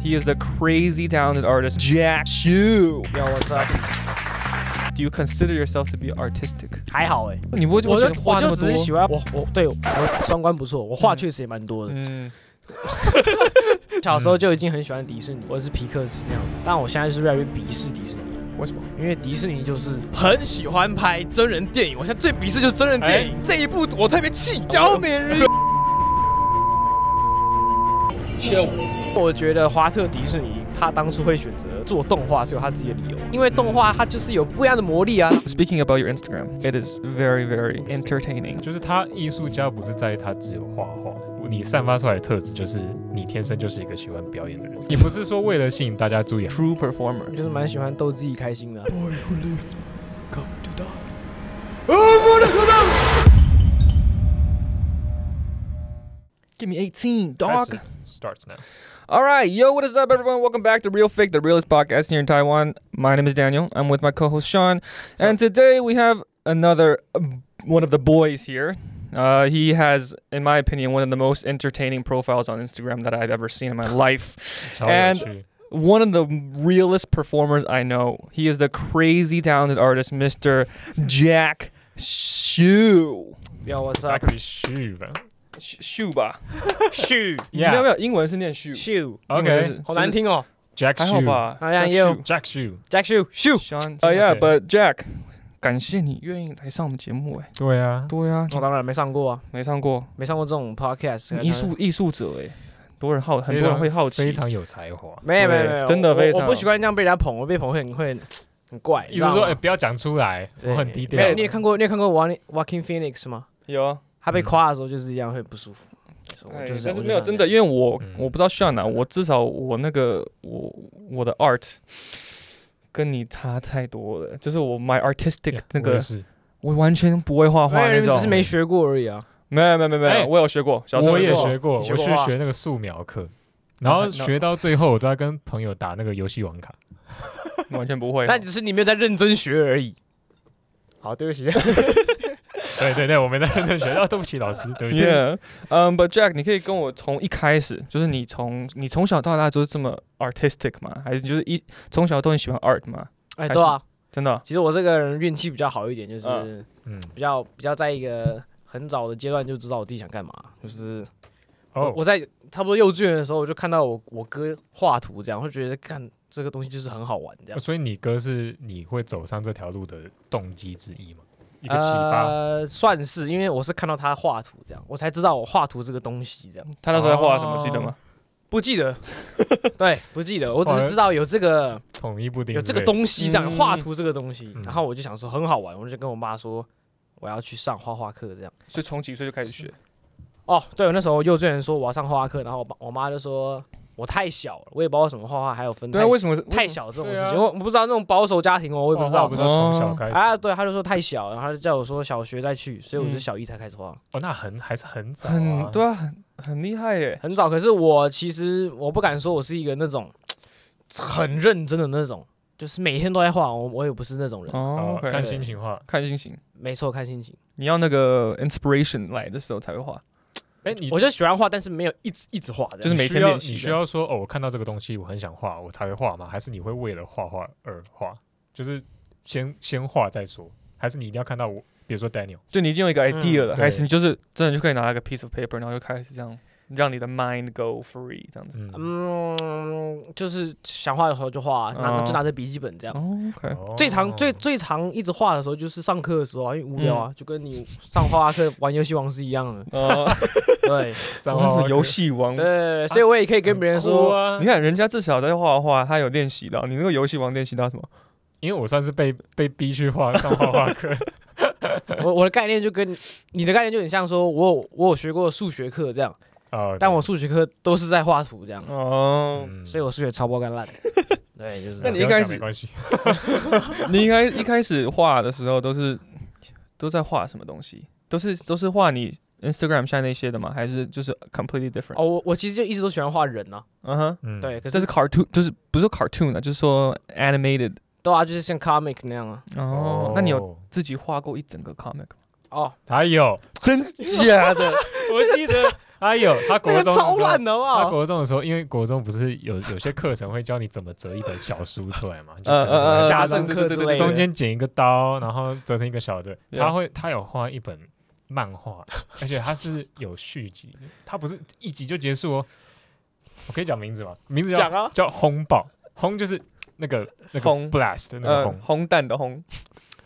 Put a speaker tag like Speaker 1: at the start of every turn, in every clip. Speaker 1: He is the crazy talented artist Jack Shu.
Speaker 2: Yo, what's up？
Speaker 1: Do you consider yourself to be artistic？
Speaker 2: 还好哎，
Speaker 1: 你不会
Speaker 2: 我
Speaker 1: 觉得
Speaker 2: 就
Speaker 1: 话
Speaker 2: 我
Speaker 1: 那
Speaker 2: 就
Speaker 1: 么
Speaker 2: 只是喜
Speaker 1: 多？
Speaker 2: 欢我我对我双关不错，我话确实也蛮多的。
Speaker 1: 嗯，
Speaker 2: 小时候就已经很喜欢迪士尼，我是皮克斯那样子，但我现在就是越来越鄙视迪士尼，
Speaker 1: 为什么？
Speaker 2: 因为迪士尼就是
Speaker 3: 很喜欢拍真人电影，我现在最鄙视就是真人电
Speaker 2: 哎
Speaker 3: 影。这一部我特别气，《焦美人鱼》。
Speaker 2: 我觉得华特迪士尼他当初会选择做动画是有他自己的理由，因为动画它就是有不一样的魔力啊。
Speaker 1: Speaking about your Instagram, it is very, very entertaining.
Speaker 4: 就是他艺术家不是在于他只有画画，你散发出来的特质就是你天生就是一个喜欢表演的人， 你不是说为了吸引大家注意，
Speaker 1: True performer.
Speaker 2: 就是蛮喜欢逗自己开心的啊、
Speaker 1: Give me 18,
Speaker 4: 开
Speaker 1: dog.
Speaker 4: 始 starts now。
Speaker 1: All right, yo, what is up, everyone? Welcome back to Real Fake, the realest podcast here in Taiwan. My name is Daniel. I'm with my co-host Sean,
Speaker 4: So-
Speaker 1: and today we have another um, one of the boys here. Uh, he has, in my opinion, one of the most entertaining profiles on Instagram that I've ever seen in my life.
Speaker 4: 超有
Speaker 1: And-
Speaker 4: 趣，
Speaker 1: one of the realest performers I know. He is the crazy talented artist, Mr. Jack Shu.
Speaker 2: 不要我操
Speaker 4: Zachary Shu 吧
Speaker 1: Sh- Shuba.
Speaker 2: ，shoot
Speaker 4: ，Yeah，
Speaker 1: 没有没有，英文是念 Shu。
Speaker 2: shoot，
Speaker 4: OK，
Speaker 2: 好难听哦。
Speaker 4: Jack Shu，Jack
Speaker 2: 好像也有
Speaker 4: Shu，
Speaker 2: Jack shoot shoot，
Speaker 1: Sean. Uh, yeah,
Speaker 4: Okay.
Speaker 1: but Jack. 感谢你愿意来上我们节目哎、
Speaker 4: 对啊，
Speaker 1: 对呀、
Speaker 2: 我当然没上过啊，
Speaker 1: 没上过
Speaker 2: 没上过这种 podcast
Speaker 1: 艺术艺术者哎、啊很多人好很
Speaker 4: 非
Speaker 1: 多
Speaker 4: 常
Speaker 1: 人会好奇
Speaker 4: 非，常有才华。
Speaker 2: 没有没有
Speaker 1: 对
Speaker 2: 没有，
Speaker 1: 真的
Speaker 2: 我
Speaker 1: 非常
Speaker 2: 我不习惯这样被人家捧，我被捧会很会很很怪。
Speaker 4: 意思说，哎、
Speaker 2: 哎，
Speaker 4: 不要讲出来，我很低调
Speaker 2: 没。有，你也看过你也看过 Walking Walking Phoenix 吗？
Speaker 1: 有啊，
Speaker 2: 他被夸的时候就是一样会不舒服。
Speaker 1: 哎
Speaker 2: 我就是
Speaker 1: 但是
Speaker 2: 我就
Speaker 1: 没有
Speaker 2: 想
Speaker 1: 真
Speaker 2: 这
Speaker 1: 的，因
Speaker 2: 样
Speaker 1: 为我、
Speaker 4: 嗯
Speaker 1: 我不知道 Sean 啊，我至少我那个我我的 art 跟你差太多了，就是我 my artistic 那
Speaker 4: 我也
Speaker 1: 个
Speaker 4: 是，
Speaker 1: 我完全不会画画
Speaker 2: 没有
Speaker 1: 那
Speaker 2: 你们只是
Speaker 1: 种，
Speaker 2: 没学过而已啊。
Speaker 1: 没有没有没有没
Speaker 4: 哎
Speaker 1: 有，我有学过，小时候
Speaker 4: 我也
Speaker 1: 过
Speaker 4: 学过，
Speaker 2: 你
Speaker 4: 我
Speaker 2: 学
Speaker 4: 是
Speaker 2: 过画
Speaker 4: 学那个素描课，然
Speaker 1: 那
Speaker 4: 后学到最后，我都在跟朋友打那个游戏王卡。
Speaker 1: 完全不会，
Speaker 2: 那只是你没有在认真学而已。好，对不起。
Speaker 4: 对对对，我没在认真学到，对不起老师，对不起。
Speaker 1: Yeah，嗯、b u t Jack，你可以跟我从一开始，就是你从你从小到大就是这么 artistic 吗？还是就是一从小都很喜欢 art 吗？
Speaker 2: 哎，
Speaker 1: 还是
Speaker 2: 对啊，
Speaker 1: 真的？
Speaker 2: 其实我这个人运气比较好一点，就是
Speaker 1: 嗯
Speaker 4: 嗯，
Speaker 2: 比较比较在一个很早的阶段就知道我自己想干嘛，就是我
Speaker 4: 哦，
Speaker 2: 我在差不多幼稚园的时候，我就看到我我哥画图这样，会觉得看这个东西就是很好玩这样。
Speaker 4: 哦所以你哥是你会走上这条路的动机之一吗？一个启发。
Speaker 2: 呃，算是，因为我是看到他画图这样，我才知道我画图这个东西这样。
Speaker 4: 嗯
Speaker 1: 他那时候在画什么，
Speaker 2: 哦
Speaker 1: 记得吗？
Speaker 2: 不记 得，对，不记得，我只是
Speaker 4: 哦
Speaker 2: 知道有这个
Speaker 4: 统一布丁
Speaker 2: 有这个
Speaker 4: 之类的，
Speaker 2: 东西这样，
Speaker 1: 嗯
Speaker 2: 画图这个东西
Speaker 4: 嗯，
Speaker 2: 然后我就想说很好玩，我就跟我妈说我要去上画画课这样。
Speaker 1: 所以从几岁就开始学？
Speaker 2: 哦，对，我那时候幼稚园说我要上画画课，然后我爸我妈就说我太小了，我也不知道为什么画画还有分
Speaker 1: 对
Speaker 2: 太
Speaker 1: 啊，为什么
Speaker 2: 太？小这种事
Speaker 4: 对啊
Speaker 2: 情，我我不知道那种保守家庭哦，我也不知道
Speaker 4: 哦不。知道从小
Speaker 1: 哦
Speaker 4: 开始。
Speaker 2: 啊，对，他就说太小，然后他就叫我说小学再去，所以我是
Speaker 1: 嗯
Speaker 2: 小一才开始画，
Speaker 4: 哦，那很还是很早啊。
Speaker 1: 很对啊，很很厉害耶。
Speaker 2: 很早。可是我其实我不敢说我是一个那种很认真的那种，就是每天都在画，我我也不是那种人。
Speaker 1: 哦
Speaker 4: 哦，
Speaker 1: ，OK，
Speaker 4: 看
Speaker 1: 看
Speaker 4: 心情画。
Speaker 1: 看心情，
Speaker 2: 没错，看心情。
Speaker 1: 你要那个 inspiration 来的时候才会画。
Speaker 4: 哎，你
Speaker 2: 我就喜欢画，但是没有一直一直画这样，
Speaker 1: 就是每
Speaker 4: 需
Speaker 1: 天
Speaker 4: 要
Speaker 1: 练习
Speaker 4: 你
Speaker 1: 的
Speaker 4: 需要说哦，我看到这个东西，我很想画，我才会画吗？还是你会为了画画而画？就是先先画再说，还是你一定要看到我，比如说 Daniel，
Speaker 1: 就你已经有一
Speaker 2: 嗯
Speaker 1: 个 idea 了，
Speaker 4: 对
Speaker 1: 还是你就是真的就可以拿一个 piece of paper，然后就开始这样，让你的 mind go free 这样子。
Speaker 4: 嗯，
Speaker 2: 嗯，就是想画的时候就画，啊拿、
Speaker 1: 哦
Speaker 2: 就拿着笔记本这样。
Speaker 1: 哦，OK，。
Speaker 4: 哦
Speaker 2: 最常最最常一直画的时候就是上课的时候啊，因为无聊
Speaker 4: 嗯
Speaker 2: 啊，就跟你上画画课玩游戏王是一样 的
Speaker 1: 哦，
Speaker 2: 对
Speaker 4: 上
Speaker 1: 我
Speaker 4: 画
Speaker 1: 是游戏王
Speaker 2: 对对，对，所以我也可以跟别人
Speaker 4: 很酷
Speaker 2: 说，
Speaker 4: 啊
Speaker 1: 你看人家至少在画画，他有练习到。你那个游戏王练习到什么？
Speaker 4: 因为我算是被被逼去画上画画 课，
Speaker 2: 我我的概念就跟你的概念就很像说，我有我有学过数学课这样，
Speaker 4: 哦，嗯
Speaker 2: 但我数学课都是在画图这样，
Speaker 1: 哦，
Speaker 2: 所以我数学超爆干烂的。嗯 对，就是这
Speaker 1: 那
Speaker 2: 样。
Speaker 1: 你一开始
Speaker 4: 没关系，
Speaker 1: 你应该一开始画的时候都是都在画什么东西？都是都是画你 Instagram 下那些的吗？还是就是 completely different？
Speaker 2: 哦，我我其实就一直都喜欢画人啊，
Speaker 1: 嗯哼，
Speaker 4: 嗯，
Speaker 2: 对，可
Speaker 1: 这
Speaker 2: 是
Speaker 1: 是 cartoon，就是不是 cartoon 啊，就是说 animated。
Speaker 2: 对啊，就是像 comic 那样啊。
Speaker 1: 哦，那你有自己画过一整个 comic 吗？
Speaker 2: 哦，
Speaker 4: 他有，
Speaker 1: 真假的？
Speaker 4: 我记得 他有，他国
Speaker 2: 那个
Speaker 4: 中的
Speaker 2: 超
Speaker 4: 时候
Speaker 2: 烂的好不
Speaker 1: 啊
Speaker 4: 他
Speaker 2: 好？
Speaker 4: 国中的时候，因为国中不是有有些课程会教你怎么折一本小书出来嘛，就
Speaker 1: 呃
Speaker 4: 可能什么
Speaker 1: 呃呃，
Speaker 2: 家
Speaker 1: 家
Speaker 2: 政
Speaker 1: 政
Speaker 2: 课之类的
Speaker 4: 中间剪一个刀，然后折成一个小的。
Speaker 1: Yeah
Speaker 4: 他会，他有画一本漫画，而且他是有续集的，他不是一集就结束哦。我可以讲名字吗？名字叫
Speaker 2: 讲啊
Speaker 4: 叫轰爆，轰就是那个那个
Speaker 1: 轰
Speaker 4: blast 的那个
Speaker 1: 呃
Speaker 4: 轰，
Speaker 1: 烘蛋的烘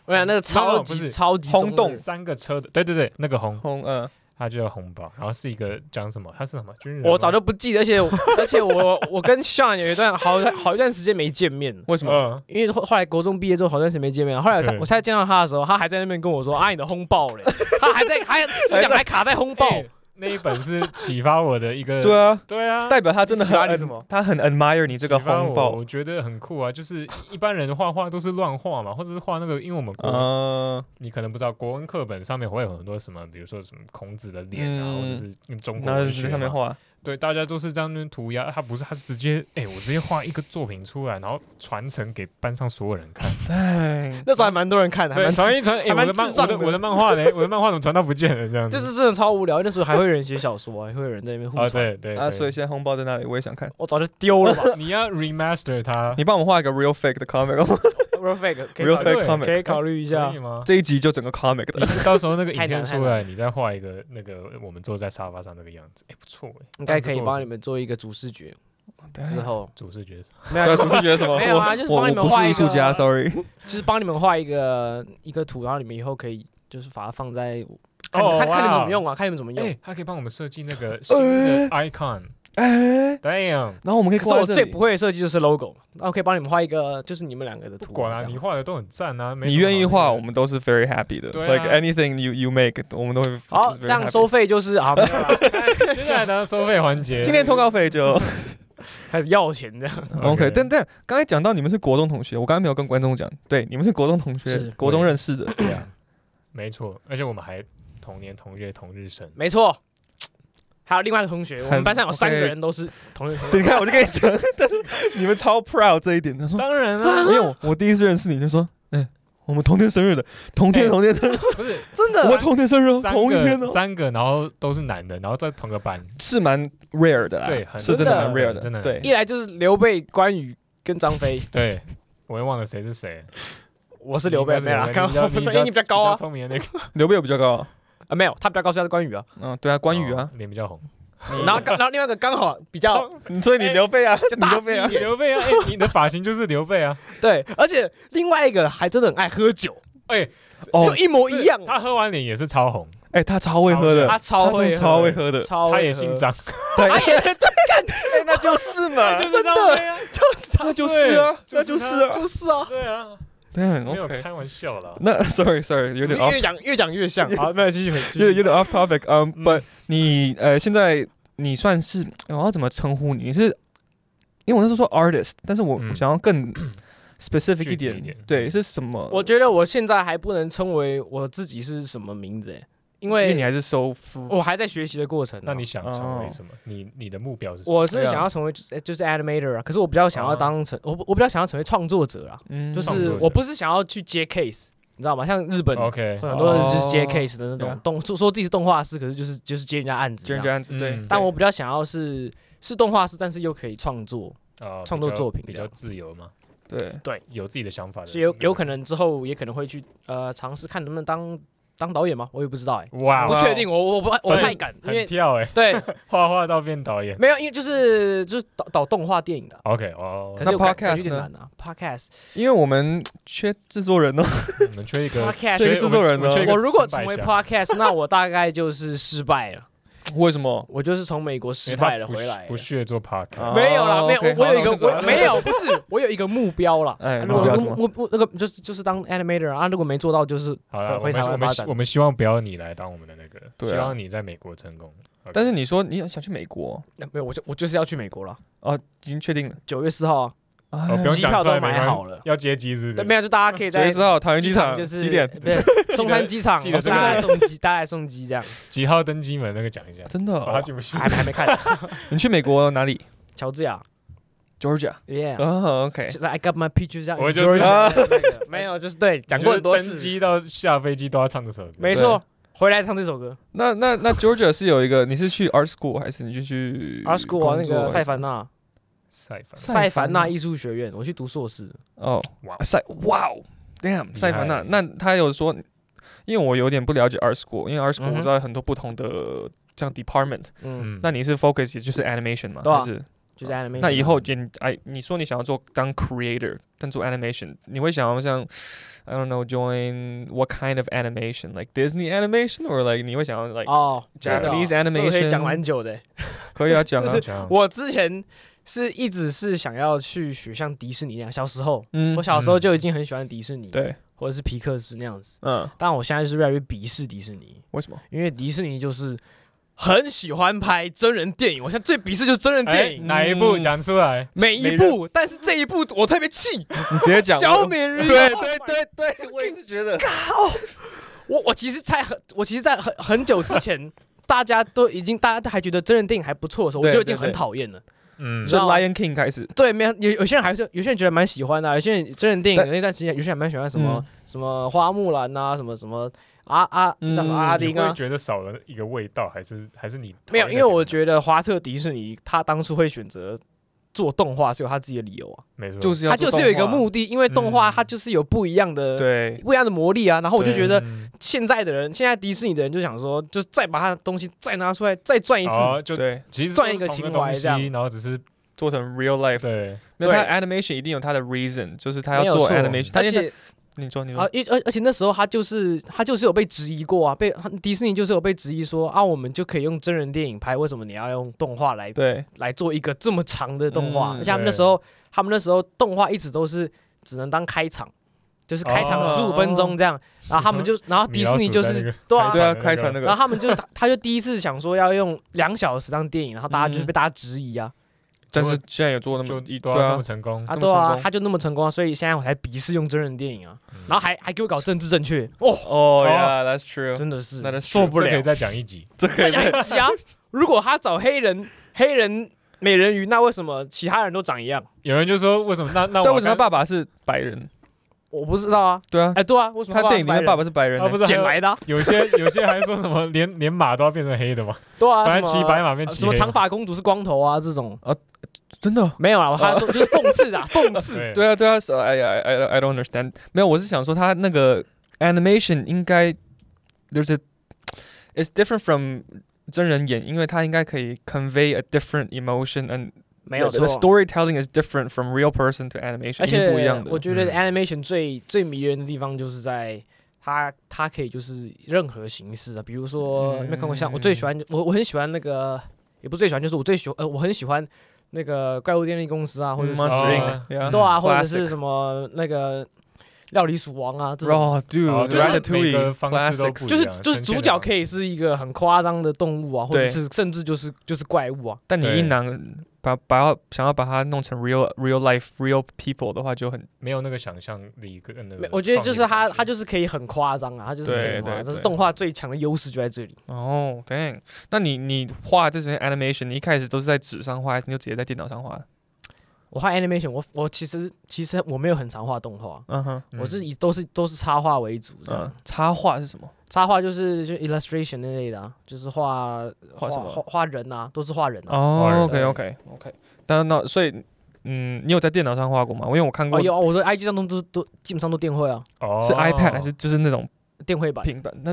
Speaker 2: 我想那个
Speaker 4: 没有
Speaker 2: 超
Speaker 4: 不
Speaker 2: 级
Speaker 4: 是
Speaker 2: 超级
Speaker 1: 轰动
Speaker 2: 中
Speaker 4: 三个车的，对对对，那个轰，
Speaker 1: 烘呃
Speaker 4: 他就叫轰爆，然后是一个讲什么？他是嗯什么军人吗？
Speaker 2: 我 早 就不记得，而且而且我我跟 Sean 有一段好好一段时间没见面了。
Speaker 1: 为什么？
Speaker 4: 嗯，
Speaker 2: 因为后后来国中毕业之后，好段时间没见面了。后来我才
Speaker 4: 对
Speaker 2: 我才见到他的时候，他还在那边跟我说：“啊，你的轰爆嘞！”他还在还思想还卡在轰爆，
Speaker 4: 欸那一本是启发我的一 个，
Speaker 1: 对啊，
Speaker 4: 对啊，
Speaker 1: 代表他真的
Speaker 2: 启发你
Speaker 1: 很
Speaker 2: 什么
Speaker 1: ad- 他很 admire 你这个
Speaker 4: 启发
Speaker 1: 烘
Speaker 4: 我
Speaker 1: 爆
Speaker 4: 我觉得很酷啊！就是一般人画画都是乱画嘛，或者是画那个，因为我们国、
Speaker 1: 嗯，
Speaker 4: 你可能不知道，国文课本上面会有很多什么，比如说什么孔子的脸啊，
Speaker 1: 嗯
Speaker 4: 或者是用中国
Speaker 1: 然后
Speaker 4: 文
Speaker 1: 就
Speaker 4: 学
Speaker 1: 在上面
Speaker 4: 嘛，
Speaker 1: 画，
Speaker 4: 对，大家都是在那边涂鸦，他不是，他是直接，哎、我直接画一个作品出来，然后传承给班上所有人看，
Speaker 1: 哎，
Speaker 2: 那时候还蛮多人看的，还
Speaker 4: 对，
Speaker 2: 蛮
Speaker 4: 传一传，哎、
Speaker 2: 还
Speaker 4: 我
Speaker 2: 蛮
Speaker 4: 的漫
Speaker 2: 智
Speaker 4: 我
Speaker 2: 障
Speaker 4: 的
Speaker 2: 的
Speaker 4: 我的漫画呢？我的漫画怎么传到不见了这样子？
Speaker 2: 就是真的超无聊。那时候还会有人写小说、啊，还会有人在那边互
Speaker 4: 啊，
Speaker 2: 传。
Speaker 4: 对对
Speaker 1: 啊，
Speaker 4: 对
Speaker 1: 所以现在烘爆在那里，我也想看。
Speaker 2: 我早就丢 了吧
Speaker 4: 你要 remaster 它，
Speaker 1: 你帮我画一个 real fake 的 comic 好吗
Speaker 2: r e f a k 可以
Speaker 1: real fake
Speaker 2: 考虑
Speaker 1: 哎
Speaker 4: 对
Speaker 2: 可
Speaker 1: comic，
Speaker 2: 以考虑一下
Speaker 4: 可以。吗？
Speaker 1: 这一集就整个 comic 的
Speaker 4: 你， 到时候那个影
Speaker 2: 太难了
Speaker 4: 片出来，你再画一个那个我们坐在沙发上那个样子，哎、不错哎、
Speaker 2: 应该可以帮你们做一个主视觉
Speaker 1: 嗯
Speaker 2: 之后，
Speaker 4: 主视觉
Speaker 2: 没
Speaker 1: 哎对，
Speaker 2: 有
Speaker 1: 主视觉什么？
Speaker 2: 没有啊
Speaker 1: 我
Speaker 2: 就是
Speaker 1: 我
Speaker 2: 帮你们
Speaker 1: 我不
Speaker 2: 画
Speaker 1: 是
Speaker 2: 一
Speaker 1: 艺术
Speaker 2: 个
Speaker 1: 家，sorry。
Speaker 2: 就是帮你们画一个一个图，然后你们以后可以就是把它放在看
Speaker 4: 哦
Speaker 2: 看看你们
Speaker 4: 哇
Speaker 2: 怎么用啊，看你们怎么
Speaker 4: 哎、
Speaker 2: 用。
Speaker 4: 他可以帮我们设计那个新的 icon，
Speaker 1: 哎，
Speaker 4: damn，
Speaker 1: 然后我们可以
Speaker 2: 可是我
Speaker 1: 挂在这
Speaker 2: 最
Speaker 1: 里
Speaker 2: 不。会的设计就是 logo，那我可以帮你们画一个，就是你们两个的
Speaker 4: 不
Speaker 2: 图。
Speaker 4: 管
Speaker 2: 这
Speaker 4: 啊，
Speaker 2: 样
Speaker 4: 你画的都很赞啊，没
Speaker 1: 你
Speaker 4: 什么好
Speaker 1: 愿意
Speaker 4: 那
Speaker 1: 画，
Speaker 4: 个
Speaker 1: 我们都是 very happy 的。
Speaker 4: 对啊
Speaker 1: Like anything you you make，我们都会。就
Speaker 2: 好，
Speaker 1: 是
Speaker 2: 这
Speaker 1: very
Speaker 2: 样
Speaker 1: happy
Speaker 2: 收。费就是啊，没有啦
Speaker 4: 接下来呢，收费环节，
Speaker 1: 今天通告费就
Speaker 2: 开始要钱这样。
Speaker 1: OK。但但刚才讲到你们是国中同学，我刚才没有跟观众讲，对，你们是国中同
Speaker 2: 是
Speaker 1: 学，国中认识的。
Speaker 4: 对啊，没错，而且我们还同年同月同日生，
Speaker 2: 没错，还有另外一个同学，我们
Speaker 1: 很
Speaker 2: 班上有三个
Speaker 1: OK
Speaker 2: 人都是同一个同学。
Speaker 1: 对你看，我就跟你讲，但是你们超 proud 这一点。他说，
Speaker 4: 当然
Speaker 1: 因
Speaker 4: 啊，
Speaker 1: 为哎我我第一次认识你就说，嗯，我们同天生日的，同天
Speaker 4: 哎
Speaker 1: 同天生日，
Speaker 4: 不是
Speaker 2: 真
Speaker 1: 我们同天生日哦，
Speaker 4: 三
Speaker 1: 同一天
Speaker 4: 个
Speaker 1: 哦，
Speaker 4: 三个，然后都是男的，然后在同个班，
Speaker 1: 是蛮 rare 的啦，啊
Speaker 4: 对很
Speaker 1: 是真的蛮
Speaker 4: 真的
Speaker 1: rare 的，
Speaker 4: 真的
Speaker 1: 对
Speaker 2: 一。来就是刘备、关羽跟张飞，
Speaker 4: 对，我也忘了谁是谁，
Speaker 2: 我是刘备，没啦，刚
Speaker 4: 刚
Speaker 2: 刚
Speaker 4: 比
Speaker 2: 因为你比较高啊，
Speaker 4: 聪明的那个，
Speaker 1: 刘备有比较高啊，
Speaker 2: 啊没有，他比较高，所以他是关羽啊。
Speaker 1: 嗯，对啊，关羽啊
Speaker 4: 哦，，脸比较红，
Speaker 2: 然后刚然后另外一个刚好比较
Speaker 1: 所以你刘备啊，
Speaker 2: 就
Speaker 1: 你
Speaker 2: 大
Speaker 1: 刘
Speaker 2: 只
Speaker 1: 备
Speaker 2: 一
Speaker 1: 啊，
Speaker 2: 点，
Speaker 4: 刘备啊，哎，你的发型就是刘备啊，
Speaker 2: 对，而且另外一个还真的很爱喝酒，
Speaker 4: 哎，
Speaker 1: 哦
Speaker 2: 就，一模一样。啊
Speaker 4: 他喝完脸也是超红，
Speaker 1: 哎，他超会喝的，
Speaker 2: 他超
Speaker 1: 真
Speaker 2: 会
Speaker 1: 的
Speaker 2: 喝，
Speaker 1: 超会喝的，
Speaker 2: 超会喝
Speaker 4: 他也姓，张，
Speaker 1: 对，
Speaker 2: 他也
Speaker 1: 哎那就是嘛
Speaker 4: 就是张飞啊，
Speaker 2: 就是
Speaker 1: 那就是啊，
Speaker 4: 对
Speaker 1: 那就是啊，
Speaker 2: 就是啊，
Speaker 4: 对啊，
Speaker 1: 对
Speaker 4: 没有
Speaker 1: ，OK。
Speaker 4: 开玩笑啦。
Speaker 1: 那 sorry sorry，有点啊 off，
Speaker 2: 越讲越讲越像。 好，那继续回，
Speaker 1: 有
Speaker 2: 继
Speaker 1: 点有
Speaker 2: 续
Speaker 1: 点 off topic，嗯
Speaker 4: 嗯
Speaker 1: ，but 你呃现在你算是呃我要怎么称呼你？你是因为我那时候说 artist，但是我
Speaker 4: 嗯
Speaker 1: 我想要 更 specific
Speaker 4: 具
Speaker 1: 一
Speaker 4: 体一
Speaker 1: 点
Speaker 4: 点，
Speaker 1: 对，是什么？
Speaker 2: 我觉得我现在还不能称为我自己是什么名字，哎因
Speaker 1: 因为你
Speaker 2: 为
Speaker 1: 还是收 f
Speaker 2: 我还在学习的过程啊。
Speaker 4: 那你想成为
Speaker 1: 哦
Speaker 4: 什么？你你的目标是什么？
Speaker 2: 我是想要
Speaker 1: 哎
Speaker 2: 成为就是就是 animator 啊，可是我比较想要当成我我比较想要成为创作者啊，
Speaker 1: 啊嗯
Speaker 2: 就
Speaker 4: 创作
Speaker 2: 是
Speaker 4: 者
Speaker 2: 我不是想要去接 case，你知道吗？像日本
Speaker 4: OK，
Speaker 2: 很多人就是接
Speaker 1: 哦
Speaker 2: case 的那
Speaker 1: 对
Speaker 2: 种
Speaker 1: 啊
Speaker 2: 动，说说自己是动画师，可是就是就是接人家案子这
Speaker 1: 就
Speaker 2: 样。
Speaker 1: 这样子对
Speaker 4: 嗯，
Speaker 2: 但我比较想要是是动画师，但是又可以创作，
Speaker 4: 呃
Speaker 2: 创作作品
Speaker 4: 比
Speaker 2: 这
Speaker 4: 较
Speaker 2: 样
Speaker 4: 自由嘛，
Speaker 1: 对
Speaker 4: 有自己的想法的，
Speaker 2: 所以有有可能之后也可能会去呃尝试看能不能当当导演吗？我也不知道哎、
Speaker 4: 哇
Speaker 2: 不
Speaker 1: 哇
Speaker 2: 确定，我我不我不太敢，因
Speaker 4: 很
Speaker 2: 为
Speaker 4: 跳哎，
Speaker 2: 对
Speaker 4: 画画到变导演
Speaker 2: 没有，因为就是就是导导动画电影的啊，
Speaker 4: ，OK 哦，
Speaker 2: 可是
Speaker 1: 那
Speaker 2: 我感觉
Speaker 1: podcast
Speaker 2: 有点
Speaker 1: 呢
Speaker 2: 难啊，podcast
Speaker 1: 因为我们缺制作人哦，
Speaker 4: 我们缺一个
Speaker 2: podcast
Speaker 1: 这个制作人呢
Speaker 4: 缺一个
Speaker 2: 我如果
Speaker 4: 陈
Speaker 2: 成为
Speaker 4: 百祥
Speaker 2: podcast，那我大概就是失败了。
Speaker 1: 为什么？
Speaker 2: 我就是从美国失
Speaker 4: 因为他
Speaker 2: 败了
Speaker 4: 不
Speaker 2: 回
Speaker 4: 屑
Speaker 2: 来了
Speaker 4: 不屑做 podcast，
Speaker 1: 啊
Speaker 2: 没有啦，
Speaker 1: 哦
Speaker 2: 没有，
Speaker 1: OK，
Speaker 2: 我我
Speaker 1: 好
Speaker 2: 有一
Speaker 1: 那
Speaker 2: 个
Speaker 1: 我们
Speaker 2: 我
Speaker 1: 走
Speaker 2: 没有，不是，我有一个目标啦。
Speaker 1: 哎
Speaker 2: 如果
Speaker 4: 目标
Speaker 1: 什么
Speaker 2: 我我那个就是就是当 animator 啊，如果没做到就是
Speaker 4: 好啊了，我
Speaker 2: 回
Speaker 4: 们
Speaker 2: 台
Speaker 4: 我
Speaker 2: 湾
Speaker 4: 们
Speaker 2: 发
Speaker 4: 希
Speaker 2: 展
Speaker 4: 我。们希望不要你来当我们的那个，
Speaker 1: 对啊
Speaker 4: 希望你在美国成功。OK
Speaker 1: 但是你说你想去美国
Speaker 2: 那没有，我就我就是要去美国了，
Speaker 1: 哦，已经确定了。
Speaker 2: 九月四号啊，
Speaker 1: 哦
Speaker 4: 哦不用
Speaker 2: 机
Speaker 4: 讲
Speaker 2: 票
Speaker 4: 出来
Speaker 2: 都
Speaker 4: 没
Speaker 2: 买
Speaker 4: 关
Speaker 2: 好了。
Speaker 4: 要接机是不
Speaker 2: 对，
Speaker 4: 是
Speaker 2: 没有，就大家可以
Speaker 1: 九月
Speaker 2: 在
Speaker 1: 四号桃园
Speaker 2: 机
Speaker 1: 机场
Speaker 2: 就是
Speaker 1: 几点？
Speaker 2: 对，松山机场，哦
Speaker 4: 记得这
Speaker 2: 大
Speaker 4: 个
Speaker 2: 家来送机，大家来送机这样。
Speaker 4: 几号登机门那个讲一下，
Speaker 1: 真的
Speaker 4: 哦他
Speaker 1: 哦？
Speaker 4: 进不去
Speaker 2: 还。 没还没看
Speaker 1: 你去美国哪里
Speaker 2: 乔治亚
Speaker 1: ？Georgia。
Speaker 2: ，Yeah，
Speaker 1: 哦，OK
Speaker 2: 就是 I got my pictures 这样。
Speaker 4: 我就是
Speaker 1: 啊
Speaker 2: 那个没有，就是对，讲过很多
Speaker 4: 登
Speaker 2: 次，
Speaker 4: 机到下飞机都要唱这首歌。
Speaker 2: 没错，回来唱这首歌。
Speaker 1: 那那那 Georgia 是有一个，你是去 art school 还是你就去
Speaker 2: R School 啊，那
Speaker 1: 工作
Speaker 2: 个塞凡纳，
Speaker 4: 塞凡
Speaker 1: 塞
Speaker 2: 塞
Speaker 1: 凡啊
Speaker 2: 凡
Speaker 1: 纳
Speaker 2: 纳艺术学院，我去读硕士。
Speaker 1: 哦，
Speaker 4: 哇
Speaker 1: 啊塞哇哦，damn
Speaker 4: 害
Speaker 1: 塞凡纳，那他有说，因为我有点不了解 art school，因为 art school
Speaker 2: 嗯哼
Speaker 1: 我知道有很多不同的这样 department，
Speaker 2: 嗯，
Speaker 4: 嗯，
Speaker 1: 那你是 focus 也就是 animation 嘛，
Speaker 2: 对啊
Speaker 1: 还是
Speaker 2: 就是 animation。
Speaker 1: 那以后你哎，你说你想要做当 creator，但做 animation，你会想要像 I don't know join what kind of animation like Disney animation or like 你会想要 like
Speaker 2: 哦，这个
Speaker 1: Japanese
Speaker 2: 这个可
Speaker 1: animation
Speaker 2: 以讲蛮久的欸。
Speaker 1: 可以啊讲啊
Speaker 4: 这，是
Speaker 2: 我之前是一直是想要去学像迪士尼那样，小时候
Speaker 1: 嗯
Speaker 2: 我，小时候就已经很喜欢迪士尼，，
Speaker 1: 对，
Speaker 2: 或者是皮克斯那样子。
Speaker 1: 嗯，
Speaker 2: 但我现在就是越来越鄙视迪士尼，
Speaker 1: 为什么？
Speaker 2: 因为迪士尼就是
Speaker 3: 很喜欢拍真人电影，我现在最鄙视就是真人
Speaker 4: 哎
Speaker 3: 电影，
Speaker 4: 哪一部
Speaker 1: 嗯
Speaker 4: 讲出来？
Speaker 3: 每一部，但是这一部我特别气，
Speaker 1: 你直接讲，
Speaker 3: 小美 人鱼。
Speaker 1: 对对对对，我也是觉得，
Speaker 2: 我我其实在很我其实，在很很久之前，大家都已经大家都还觉得真人电影还不错的时候，我
Speaker 1: 对
Speaker 2: 就已经
Speaker 1: 对
Speaker 2: 很
Speaker 1: 对
Speaker 2: 讨厌了。
Speaker 4: 嗯
Speaker 1: 就
Speaker 2: 道吗
Speaker 1: Lion King 开始，
Speaker 2: 对，没有有有些人还是有些人觉得蛮喜欢的啊、有些人真人电影
Speaker 1: 但
Speaker 2: 那段时间，有些人还蛮喜欢什么、
Speaker 1: 嗯
Speaker 2: 什么花木兰呐、什么什么阿阿
Speaker 1: 嗯
Speaker 2: 叫什么阿
Speaker 4: 你
Speaker 2: 丁
Speaker 4: 会
Speaker 2: 啊。
Speaker 4: 觉得少了一个味道，还是还是你讨厌
Speaker 2: 没有，
Speaker 4: 那
Speaker 2: 因为我
Speaker 4: 个
Speaker 2: 觉得华特迪士尼他当初会选择做动画是有他自己的理由啊，
Speaker 4: 没错，
Speaker 1: 就是要
Speaker 2: 他
Speaker 1: 做
Speaker 2: 就是有一个
Speaker 1: 动画
Speaker 2: 目的，因为动画
Speaker 4: 嗯
Speaker 2: 它就是有不一样的、
Speaker 1: 对，
Speaker 2: 不一样的魔力啊。然后我就
Speaker 1: 对
Speaker 2: 觉得
Speaker 4: 嗯
Speaker 2: 现在的人，现在迪士尼的人就想说，就再把他的东西再拿出来再转一次，
Speaker 4: 哦，就
Speaker 1: 对，
Speaker 4: 其实
Speaker 2: 赚
Speaker 4: 都
Speaker 2: 一个
Speaker 4: 是同
Speaker 2: 情
Speaker 4: 东
Speaker 2: 怀
Speaker 4: 西
Speaker 2: 这样
Speaker 4: 然后只是
Speaker 1: 做成 real life，
Speaker 4: 对，
Speaker 1: 那他
Speaker 2: 对
Speaker 1: animation 一定有他的 reason，就是他要
Speaker 2: 没有
Speaker 1: 做
Speaker 2: 错
Speaker 1: animation，他
Speaker 2: 而
Speaker 1: 现在
Speaker 2: 且
Speaker 1: 你说你
Speaker 2: 啊
Speaker 1: 说，，
Speaker 2: 一而而且那时候他就是他就是有被质疑过啊，被他迪士尼就是有被质疑说啊，我们就可以用真人电影拍，为什么你要用动画来
Speaker 1: 对，
Speaker 2: 来做一个这么长的动画？
Speaker 1: 嗯
Speaker 2: 而且他们那时候他们那时候动画一直都是只能当开场，就是开场
Speaker 4: 哦
Speaker 2: 十五分钟这样，然后他们
Speaker 1: 嗯
Speaker 2: 就然后啊迪士尼就是对
Speaker 4: 对
Speaker 2: 啊。
Speaker 1: 对啊，
Speaker 4: 开
Speaker 1: 开
Speaker 4: 船
Speaker 1: 船那
Speaker 4: 的
Speaker 1: 个
Speaker 2: 然后，他们就他他就第一次想说要用两小时当电影，然后大家就是
Speaker 1: 嗯
Speaker 2: 被大家质疑啊、
Speaker 1: 但
Speaker 4: 就是
Speaker 1: 现在有做那
Speaker 4: 就
Speaker 1: 么一
Speaker 4: 对
Speaker 1: 对
Speaker 4: 啊，那
Speaker 1: 啊
Speaker 4: 么，成功
Speaker 2: 啊
Speaker 1: 那么
Speaker 2: 对
Speaker 1: 成
Speaker 2: 啊
Speaker 1: 功，
Speaker 2: 他就那么成功啊，所以现在我才鄙视用真人电影啊，
Speaker 4: 嗯
Speaker 2: 然后还还给我搞政治正确哦，
Speaker 1: 哦
Speaker 4: 哦
Speaker 1: ，Yeah，that's true，
Speaker 2: 真的是
Speaker 1: 那就
Speaker 2: 受不
Speaker 4: 这可
Speaker 2: 了
Speaker 4: 以。再讲一集，
Speaker 1: 这个
Speaker 2: 再讲一集啊！如果他找黑人黑人美人鱼，那为什么其他人都长一样？
Speaker 4: 有人就说为什么那那
Speaker 1: 但
Speaker 4: 我
Speaker 1: 为什么他
Speaker 4: 看
Speaker 1: 爸爸是白人？
Speaker 2: 我不知道啊。
Speaker 1: 对啊
Speaker 2: 哎、，对啊，为什么
Speaker 1: 他电影里面爸
Speaker 2: 爸
Speaker 1: 爸是白人
Speaker 4: 啊不
Speaker 1: 呢，
Speaker 4: 是
Speaker 2: 捡
Speaker 4: 还有
Speaker 2: 来的啊、
Speaker 4: 有些有些还说什么连连马都要变成黑的吗？
Speaker 2: 对啊，
Speaker 4: 本来
Speaker 2: 什
Speaker 4: 骑
Speaker 2: 么
Speaker 4: 白马变
Speaker 2: 呃
Speaker 4: 骑
Speaker 2: 什
Speaker 4: 黑
Speaker 2: 么
Speaker 4: 的，
Speaker 2: 长发公主是光头啊这种。
Speaker 1: 欸真的。哦
Speaker 2: 没有啊，我他说就是讽刺啊，讽刺。
Speaker 4: 对
Speaker 1: 对啊，对啊，so I I I I don't understand。没有，我是想说他那个 animation 应该 there's a it's different from 真人演，因为他应该可以 convey a different emotion and
Speaker 2: 没有
Speaker 1: the,
Speaker 2: 错
Speaker 1: the。storytelling is different from real person to animation，
Speaker 2: 而
Speaker 1: 一定不一
Speaker 2: 且
Speaker 1: 样的
Speaker 2: 我。觉得
Speaker 4: 嗯
Speaker 2: animation 最、最迷人的地方就是在它它可以就是任何形式啊，比如
Speaker 4: 嗯
Speaker 2: 说、你有没有看过像我最喜欢我我很喜欢那个也不是最喜欢，就是我最喜欢呃我很喜欢那个怪物电力公司啊，或者是
Speaker 1: Monster
Speaker 4: 哦
Speaker 1: Inc，
Speaker 2: 对啊，或者
Speaker 1: Classic
Speaker 2: 是什么那个料理鼠王啊这种，
Speaker 1: Raw
Speaker 4: 哦
Speaker 1: Oh, dude，
Speaker 4: 就是每个方式都不一
Speaker 2: 就是
Speaker 4: 样呈
Speaker 2: 就是
Speaker 4: 现
Speaker 2: 主
Speaker 4: 的
Speaker 2: 角
Speaker 4: 方
Speaker 2: 可以是一个很夸张的动物啊，或者
Speaker 1: 对
Speaker 2: 是甚至就是就是怪物啊，
Speaker 1: 但你
Speaker 4: 对
Speaker 1: 一囊把把要想要把它弄成 real real life real people 的话，就很
Speaker 4: 没有那个想象力跟那个
Speaker 2: 没，我觉得就是他
Speaker 4: 创意
Speaker 2: 他就是可以很夸张啊，他就是可以
Speaker 1: 对
Speaker 2: 很夸
Speaker 1: 对
Speaker 2: 张，这是
Speaker 1: 对
Speaker 2: 动画最强的优势就在这里。
Speaker 1: 哦、dang。那你你画这些 animation，你一开始都是在纸上画，还是你就直接在电脑上画？
Speaker 2: 我画 animation，我我其实其实我没有很常画动画，
Speaker 1: 嗯哼，
Speaker 4: 嗯
Speaker 2: 我是以都是都是啊插画为主这样。
Speaker 1: 嗯，插画是什么？
Speaker 2: 插画就是就 illustration 那类的、啊，就是画
Speaker 1: 画
Speaker 2: 呃画
Speaker 1: 什么
Speaker 2: 画画人啊，都是画人啊。
Speaker 1: 哦、
Speaker 4: 人
Speaker 1: o k OK OK。但那所以，嗯，你有在电脑上画过吗？我因为我看
Speaker 2: 哦
Speaker 1: 过，
Speaker 2: 有啊，我的 IG 上都都都基本上都电绘啊，
Speaker 4: 哦
Speaker 1: 是 iPad 还是就是那种
Speaker 2: 电绘版，
Speaker 1: 平板？那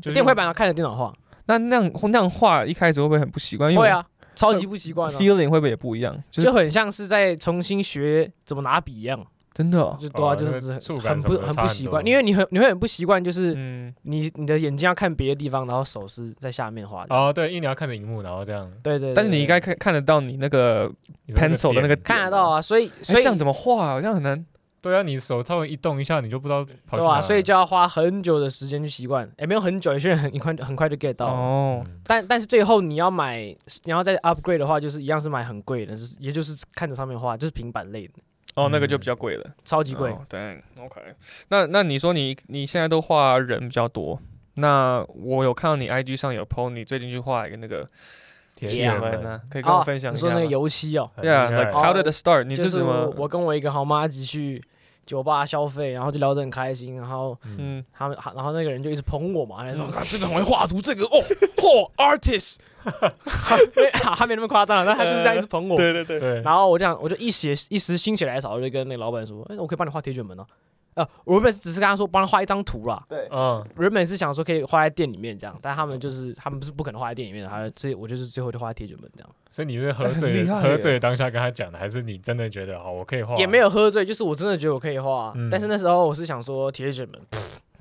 Speaker 4: 就是
Speaker 2: 电绘版啊，看着电脑画，
Speaker 1: 那那样那样画一开始会不会很不习惯？因为
Speaker 2: 会
Speaker 1: 我
Speaker 2: 啊，超级不习惯啊，
Speaker 1: ，feeling 会不会也不一样？就是
Speaker 2: 就很像是在重新学怎么拿笔一样，
Speaker 1: 真的哦、
Speaker 2: 就对啊，
Speaker 4: 哦
Speaker 2: 就
Speaker 4: 那个
Speaker 2: 是
Speaker 4: 触
Speaker 2: 很
Speaker 4: 感
Speaker 2: 很
Speaker 4: 什么
Speaker 2: 不
Speaker 4: 的
Speaker 2: 很
Speaker 4: 差
Speaker 2: 不
Speaker 4: 很
Speaker 2: 习
Speaker 4: 多
Speaker 2: 惯，因为你很你会很不习惯，就是
Speaker 1: 嗯，
Speaker 2: 你你的眼睛要看别的地方，然后手是在下面画的。
Speaker 4: 哦，对，因为你要看着荧幕，然后这样
Speaker 2: 对对，对
Speaker 1: 但是你应该
Speaker 2: 对
Speaker 1: 看看得到你那个
Speaker 4: 你说
Speaker 1: pencil 的那个
Speaker 4: 点
Speaker 2: 看得到啊，所以
Speaker 1: 哎
Speaker 2: 所以
Speaker 1: 这样怎么画、啊？这样很难。
Speaker 4: 对啊，你手稍微一动一下，你就不知道跑去
Speaker 2: 对吧、
Speaker 4: 哪
Speaker 2: 所以
Speaker 4: 了
Speaker 2: 就要花很久的时间去习惯，哎也没有很久，有些人很快很快就 get 到。
Speaker 1: 哦，
Speaker 4: 嗯
Speaker 2: 但但是最后你要买，你要再 upgrade 的话，就是一样是买很贵的，就是也就是看着上面画，就是平板类的，
Speaker 1: 哦，那个就比较贵了，
Speaker 2: 超级贵。
Speaker 1: 哦对、OK，那那你说你你现在都画人比较多，那我有看到你 IG 上有 PO 你最近去画一个那个
Speaker 4: 铁
Speaker 2: 铁
Speaker 4: 铁
Speaker 2: 人
Speaker 1: 人
Speaker 4: 人
Speaker 1: 呢，可以
Speaker 2: 你
Speaker 1: 跟我分享一
Speaker 2: 你
Speaker 1: 下
Speaker 2: 说
Speaker 1: 吗？
Speaker 2: 那个油漆哦，
Speaker 4: 很厉害
Speaker 1: 啊 Yeah，like how did it start？你
Speaker 2: 就是是
Speaker 1: 怎么
Speaker 2: 我？我跟我一个好妈一起去酒吧消费，然后就聊得很开心，然后
Speaker 4: 嗯，
Speaker 1: 嗯，
Speaker 2: 他们，然后那个人就一直捧我嘛，他说
Speaker 3: 啊，这个很会画图，这个哦， 嚯，artist，
Speaker 2: 没啊他没那么夸张，但他就是这样一直捧我。
Speaker 1: 对对对，
Speaker 4: 对，
Speaker 2: 然后我就想，我就一时一时心血来潮，我就跟那个老板说，哎，我可以帮你画铁卷门啊。呃，我原本只是跟他说帮他画一张图啦，
Speaker 4: 嗯，
Speaker 2: 原本是想说可以画在店里面这样，但他们就是他们是不可能画在店里面的，他所以我就是最后就画在铁卷门这样，
Speaker 4: 所以你是喝
Speaker 1: 很
Speaker 4: 醉
Speaker 1: 厉
Speaker 4: 的
Speaker 1: 害
Speaker 4: 喝
Speaker 1: 耶
Speaker 4: 醉的当下跟他讲的，还是你真的觉得哦好，我可以画？
Speaker 2: 也没有喝醉，就是我真的觉得我可以画，啊
Speaker 4: 嗯
Speaker 2: 但是那时候我是想说铁卷门，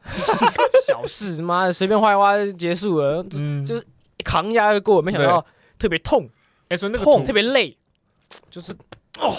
Speaker 2: 小事，妈的随便画一画就结束了，就
Speaker 4: 嗯，
Speaker 2: 就是扛压就过，没想到特别痛，
Speaker 4: 哎，所以那个
Speaker 2: 痛特
Speaker 4: 图
Speaker 2: 别累，就是哦，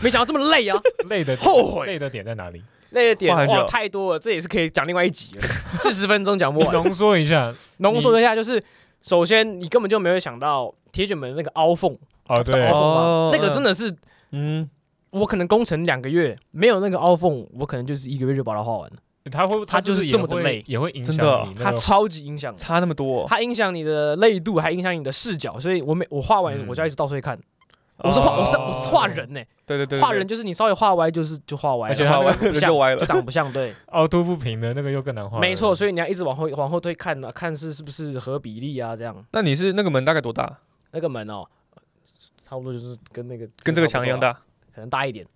Speaker 2: 没想到这么累啊，
Speaker 4: 累的
Speaker 2: 后悔
Speaker 4: 累的点在哪里？
Speaker 2: 累的点
Speaker 1: 哇很久
Speaker 2: 哇太多了，这也是可以讲另外一集 了，四十分钟讲不完。
Speaker 4: 浓缩一 下，
Speaker 2: 浓缩一下，就是首先你根本就没有想到铁卷门的那个凹缝，
Speaker 4: 哦，对
Speaker 2: 凹，缝
Speaker 1: 哦
Speaker 2: 吗？那个
Speaker 1: 嗯
Speaker 2: 真的是
Speaker 1: 嗯，
Speaker 2: 我可能工程两个月没有那个凹缝，我可能就是一个月就把它画完了，
Speaker 4: 他会，
Speaker 2: 他就是
Speaker 4: 是
Speaker 2: 这么的
Speaker 4: 的
Speaker 2: 累
Speaker 4: 也会影响
Speaker 1: 真的
Speaker 4: 你那
Speaker 2: 它
Speaker 4: 个
Speaker 2: 超级影响，
Speaker 1: 差那么多，
Speaker 2: 它影响你的累度，还影响你的视角，所以我每我画完
Speaker 4: 嗯
Speaker 2: 我就要一直倒退看。我是画我是我是画人呢、
Speaker 1: 哦
Speaker 2: 欸
Speaker 1: 对对对，对
Speaker 2: 画人，就是你稍微画歪就是就画歪了，
Speaker 4: 而且它
Speaker 1: 画
Speaker 2: 它
Speaker 1: 歪
Speaker 2: 长不
Speaker 1: 人就
Speaker 2: 像。
Speaker 1: 歪
Speaker 2: 就
Speaker 1: 了，
Speaker 2: 长不 像，对，
Speaker 4: 凹凸不平的那个又更难画了。
Speaker 2: 没错，所以你要一直往后往后推看呢，啊看是是不是合比例啊，这样
Speaker 1: 那你是那个门大概多大？
Speaker 2: 那个门哦，差不多就是跟那个
Speaker 1: 跟这个墙一样，
Speaker 2: 差
Speaker 1: 大？
Speaker 2: 不多啊可能大一点，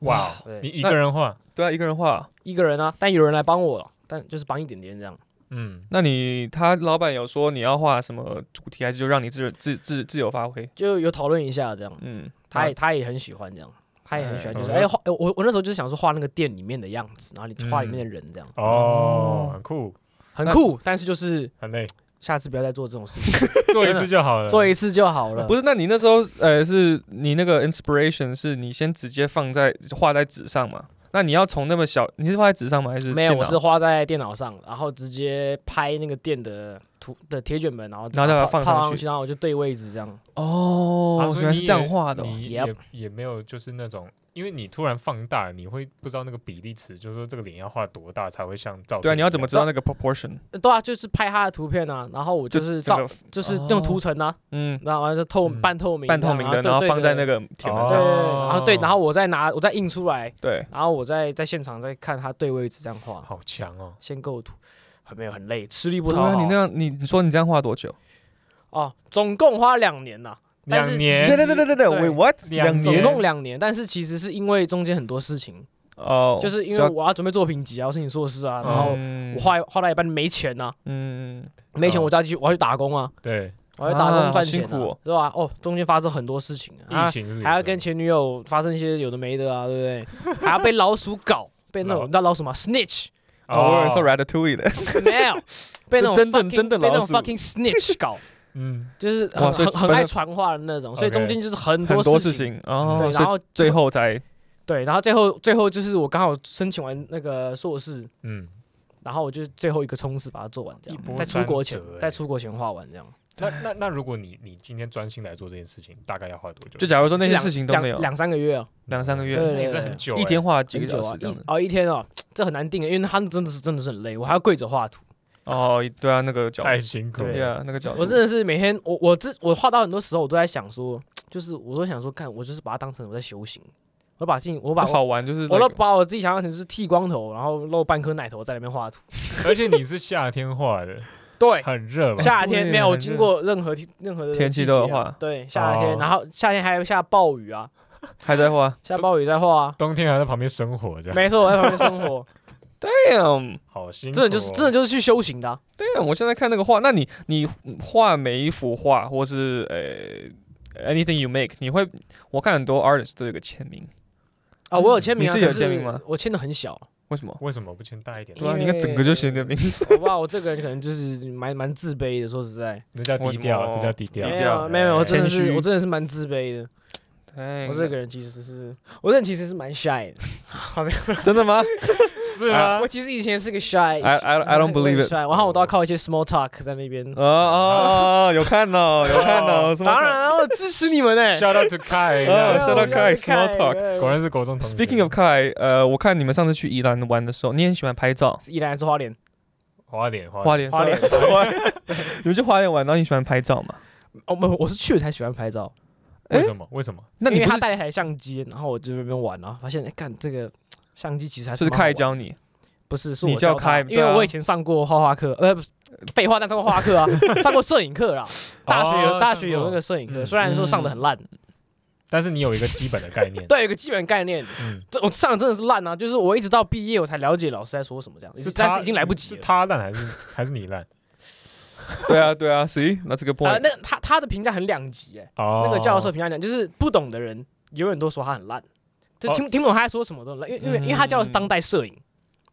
Speaker 4: 哇，你
Speaker 2: 对，
Speaker 4: 一个人画，
Speaker 1: 对啊，一个人画。
Speaker 2: 一个人啊，但有人来帮我了，但就是帮一点点这样。
Speaker 4: 嗯，
Speaker 1: 那你他老板有说你要画什么主题，还是就让你自自自自由发挥？
Speaker 2: 就有讨论一下这样，
Speaker 1: 嗯，
Speaker 2: 他也、他也很喜欢这样，他也很喜欢，就是
Speaker 4: 哎
Speaker 2: 哎画、哎我我那时候就是想说画那个店里面的样子，然后你画里面
Speaker 1: 嗯
Speaker 2: 的人这样，
Speaker 4: 哦
Speaker 1: 哦，
Speaker 2: 嗯
Speaker 4: 很酷，
Speaker 2: 很
Speaker 1: 那
Speaker 2: 酷，但是就是
Speaker 4: 很 累，
Speaker 2: 下次不要再做这种事情，
Speaker 4: 做一次就好了。
Speaker 2: 做一次就好了。
Speaker 1: 不是，那你那时候呃，是你那个 inspiration 是你先直接放在画在纸上嘛？那你要从那么小，你是画在纸上吗？还是
Speaker 2: 没有，
Speaker 1: 电
Speaker 2: 我
Speaker 1: 脑
Speaker 2: 是画在电脑上，然后直接拍那个店的图的铁卷门，然后
Speaker 1: 然后再把它
Speaker 2: 套
Speaker 1: 放上
Speaker 2: 套
Speaker 1: 去
Speaker 2: 然后我就对位置这样。
Speaker 4: 啊
Speaker 1: 哦，
Speaker 4: 所以
Speaker 1: 原来是
Speaker 4: 你
Speaker 1: 这样
Speaker 4: 也
Speaker 1: 画的哦、
Speaker 4: 你也
Speaker 2: Yep
Speaker 4: 也没有就是那种，因为你突然放大，你会不知道那个比例尺，就是说这个脸要画多大才会像照片一样。
Speaker 1: 对啊，你要怎么知道那个 proportion？
Speaker 2: 呃对啊，就是拍他的图片啊，然后我就是
Speaker 1: 整
Speaker 2: 照
Speaker 1: 个，哦
Speaker 2: 就是用图层啊，
Speaker 1: 嗯，
Speaker 2: 然后就透
Speaker 4: 嗯
Speaker 2: 半透明啊
Speaker 1: 半透明的，然后放在那
Speaker 2: 个。
Speaker 1: 个铁门
Speaker 4: 哦
Speaker 2: 对，
Speaker 1: 上。
Speaker 2: 然后对，然后我再拿，我再印出来，
Speaker 1: 对，
Speaker 2: 然后我再在现场再看他对位置这样画，
Speaker 4: 好强哦！
Speaker 2: 先构图，很没有很累，吃力不
Speaker 1: 对
Speaker 2: 讨
Speaker 1: 啊，
Speaker 2: 好。
Speaker 1: 你那样，你你说你这样画多久？
Speaker 2: 哦，总共花两年呐，但
Speaker 4: 两
Speaker 2: 是
Speaker 4: 年
Speaker 2: 其实
Speaker 1: 对
Speaker 2: 哎对
Speaker 1: wait, what？
Speaker 4: 两
Speaker 1: 两
Speaker 2: 总
Speaker 1: 年
Speaker 2: 共两年，但是其实是因为中间很多事情，
Speaker 1: 哦，
Speaker 2: 就是因
Speaker 1: 主
Speaker 2: 为
Speaker 1: 要
Speaker 2: 我要准备作品集啊，我申请硕士啊，然后
Speaker 1: 嗯
Speaker 2: 我画画到一半没钱呐，
Speaker 1: 嗯，
Speaker 2: 没钱
Speaker 4: 哦
Speaker 2: 我就要去我要去打工啊，
Speaker 4: 对
Speaker 2: 我要去打工
Speaker 1: 啊
Speaker 2: 赚
Speaker 1: 好辛
Speaker 2: 钱
Speaker 1: 苦
Speaker 2: 啊
Speaker 1: 哦，
Speaker 2: 是吧？哦，中间发生很多事情啊
Speaker 4: 疫，情是不是
Speaker 2: 还要跟前女友发生一些有的没的啊，对 不对？还要被老鼠搞，被那种
Speaker 4: 老
Speaker 2: 你知道老鼠吗？snitch。
Speaker 1: 哦，我有
Speaker 4: 哦
Speaker 1: 说 ratatouille 的，
Speaker 2: 没 有被那种
Speaker 1: 真正
Speaker 2: fucking-
Speaker 1: 真正
Speaker 2: 被那
Speaker 1: 老
Speaker 2: 种
Speaker 1: 鼠
Speaker 2: fucking snitch 搞，
Speaker 4: 嗯，
Speaker 2: 就是
Speaker 1: 哇
Speaker 2: 很
Speaker 1: 所以
Speaker 2: 很
Speaker 1: 分
Speaker 2: 很
Speaker 1: 得
Speaker 2: 爱传话的那种，所以
Speaker 4: OK
Speaker 2: 中间就是很
Speaker 1: 很
Speaker 2: 多
Speaker 1: 多事
Speaker 2: 情。
Speaker 1: 情哦，
Speaker 2: 对，
Speaker 1: 所以
Speaker 2: 然后
Speaker 1: 最后才
Speaker 2: 对，然后最后最后就是我刚好申请完那个硕士，
Speaker 4: 嗯，
Speaker 2: 然后我就是最后一个冲刺把它做完，这
Speaker 4: 一
Speaker 2: 样
Speaker 4: 波
Speaker 2: 在出国前
Speaker 1: 哎
Speaker 4: 三折欸
Speaker 2: 在出国前画完这样，
Speaker 4: 那那那如果你你今天专心来做这件事情，大概要花多久？
Speaker 1: 就假如说那
Speaker 2: 就
Speaker 1: 些
Speaker 2: 两
Speaker 1: 事情都
Speaker 2: 两
Speaker 1: 没有，
Speaker 2: 两三个月啊，
Speaker 1: 两三个月
Speaker 2: 对
Speaker 4: 也是很久欸，
Speaker 1: 一天画几
Speaker 2: 很
Speaker 1: 个
Speaker 2: 久
Speaker 1: 小
Speaker 2: 啊
Speaker 1: 时，这样
Speaker 2: 一
Speaker 1: 子。
Speaker 2: 哦一天哦，这很难定，因为他们真的是真的是很累，我还要跪着画图，
Speaker 1: 哦，对啊，那个角度，
Speaker 4: 太辛苦
Speaker 1: 对
Speaker 4: 了。
Speaker 1: 啊，那个角度，
Speaker 2: 我真的是每天我我这我画到很多时候我都在想说，就是我都想说，看我就是把它当成我在修行，我把事情我把
Speaker 1: 就好玩，就是
Speaker 2: 我
Speaker 1: 那
Speaker 2: 都
Speaker 1: 个
Speaker 2: 把我自己想象成是剃光头，然后露半颗奶头在里面画图。
Speaker 4: 而且你是夏天画的，
Speaker 1: 哎
Speaker 2: 对，
Speaker 4: 很热吧？
Speaker 2: 夏天
Speaker 1: 对
Speaker 2: 没有
Speaker 1: 很
Speaker 2: 经
Speaker 1: 热
Speaker 2: 过任何天任何的
Speaker 1: 天气
Speaker 2: 季
Speaker 1: 都有
Speaker 2: 节啊
Speaker 1: 画
Speaker 2: 对，夏天，
Speaker 4: 哦
Speaker 2: 然后夏天还有下暴雨啊，
Speaker 1: 还在 画。
Speaker 2: 下暴雨再画啊。
Speaker 4: 冬天还在旁边生 活着，
Speaker 2: 没错，我在旁边生活，
Speaker 1: Damn，
Speaker 4: 好辛苦哦。
Speaker 2: 真的就是真的就是去修行的啊、
Speaker 1: damn，我现在看那个画，那你你画每一幅画，或是呃 anything you make，你会我看很多 artist 都有个签名，
Speaker 2: 啊我有签名啊，
Speaker 1: 你自己有
Speaker 2: 可是
Speaker 1: 签名吗
Speaker 2: 我签的很小，
Speaker 1: 为什么？
Speaker 4: 为什么不签大一点
Speaker 1: 对？啊，
Speaker 2: 因
Speaker 1: 你看整个就写你的名 字。
Speaker 2: 我不知道我这个人可能就是蛮蛮自卑的，说实 在，
Speaker 4: 那叫低调，这叫低调。哎
Speaker 2: 没
Speaker 1: 低调
Speaker 2: 有没有，我真的
Speaker 1: 谦
Speaker 2: 是
Speaker 1: 虚
Speaker 2: 我真的是蛮自卑的，
Speaker 1: 哎
Speaker 2: 我这个人其实是我这个人其实是蛮 shy 的，好没有
Speaker 1: 真的吗？
Speaker 4: 是啊
Speaker 2: 我，其实以前是个 shy，
Speaker 1: I- I- I don't believe it
Speaker 2: 然后我都要靠一些 small talk 在那边。
Speaker 1: 哦哦，哦有看 哦，有看哦，是吗
Speaker 2: 当然啊，我支持你们哎、
Speaker 4: Shout out to
Speaker 1: 哦
Speaker 4: Kai，
Speaker 2: 对
Speaker 1: shout out
Speaker 2: 我要
Speaker 1: Kai，
Speaker 2: 去看欸
Speaker 1: small talk
Speaker 2: 对
Speaker 4: 果然是国中同学。
Speaker 1: Speaking of Kai，呃，我看你们上次去宜兰玩的时候，你很喜欢拍照，
Speaker 2: 是依然还是花莲，
Speaker 4: 花脸，花
Speaker 1: 花
Speaker 4: 脸，
Speaker 1: 莲，
Speaker 2: 花莲
Speaker 1: sorry，花莲， 你们去花莲玩，然后你喜欢拍照嘛？
Speaker 2: 哦，没有，我是去了才喜欢拍照，哎
Speaker 4: 为什么？为什么？
Speaker 1: 那
Speaker 2: 因
Speaker 1: 你
Speaker 2: 为
Speaker 1: 不
Speaker 2: 他
Speaker 1: 是
Speaker 2: 带了一台相机，然后我就在那边玩啊，发现哎干、这个相机其实还
Speaker 1: 就是
Speaker 2: 蛮好
Speaker 1: 开
Speaker 2: 玩的
Speaker 1: 教你，
Speaker 2: 不是，是
Speaker 1: 你
Speaker 2: 我
Speaker 1: 教
Speaker 2: 他
Speaker 1: 开
Speaker 2: 因
Speaker 1: 对
Speaker 2: 为
Speaker 1: 啊
Speaker 2: 我以前上过画画课，呃，不是废话，但上过画画 课啊，上过摄影课啦。大学有、
Speaker 4: 哦
Speaker 2: 大
Speaker 4: 上
Speaker 2: 学有那
Speaker 4: 过
Speaker 2: 个摄影课，
Speaker 4: 嗯
Speaker 2: 虽然说上的很烂，，
Speaker 4: 但是你有一个基本的概念
Speaker 2: 对，有个基本概念。
Speaker 4: 嗯，
Speaker 2: 这我上的真的是烂啊，就是我一直到毕业我才了解老师在说什么这样，
Speaker 4: 是
Speaker 2: 但
Speaker 4: 他
Speaker 2: 是已经来不及
Speaker 4: 是
Speaker 2: 了。
Speaker 4: 他烂还是还是你烂？
Speaker 1: 对啊对啊，see that's a good
Speaker 2: 啊、
Speaker 1: point，
Speaker 2: 那他他的评价很两极哎、
Speaker 4: 哦
Speaker 2: 那个教授评价讲就是不懂的人永远都说他很烂，就
Speaker 4: 哦
Speaker 2: 听、听不懂他在说什么都很烂，因为因为、因为他教的是当代摄影，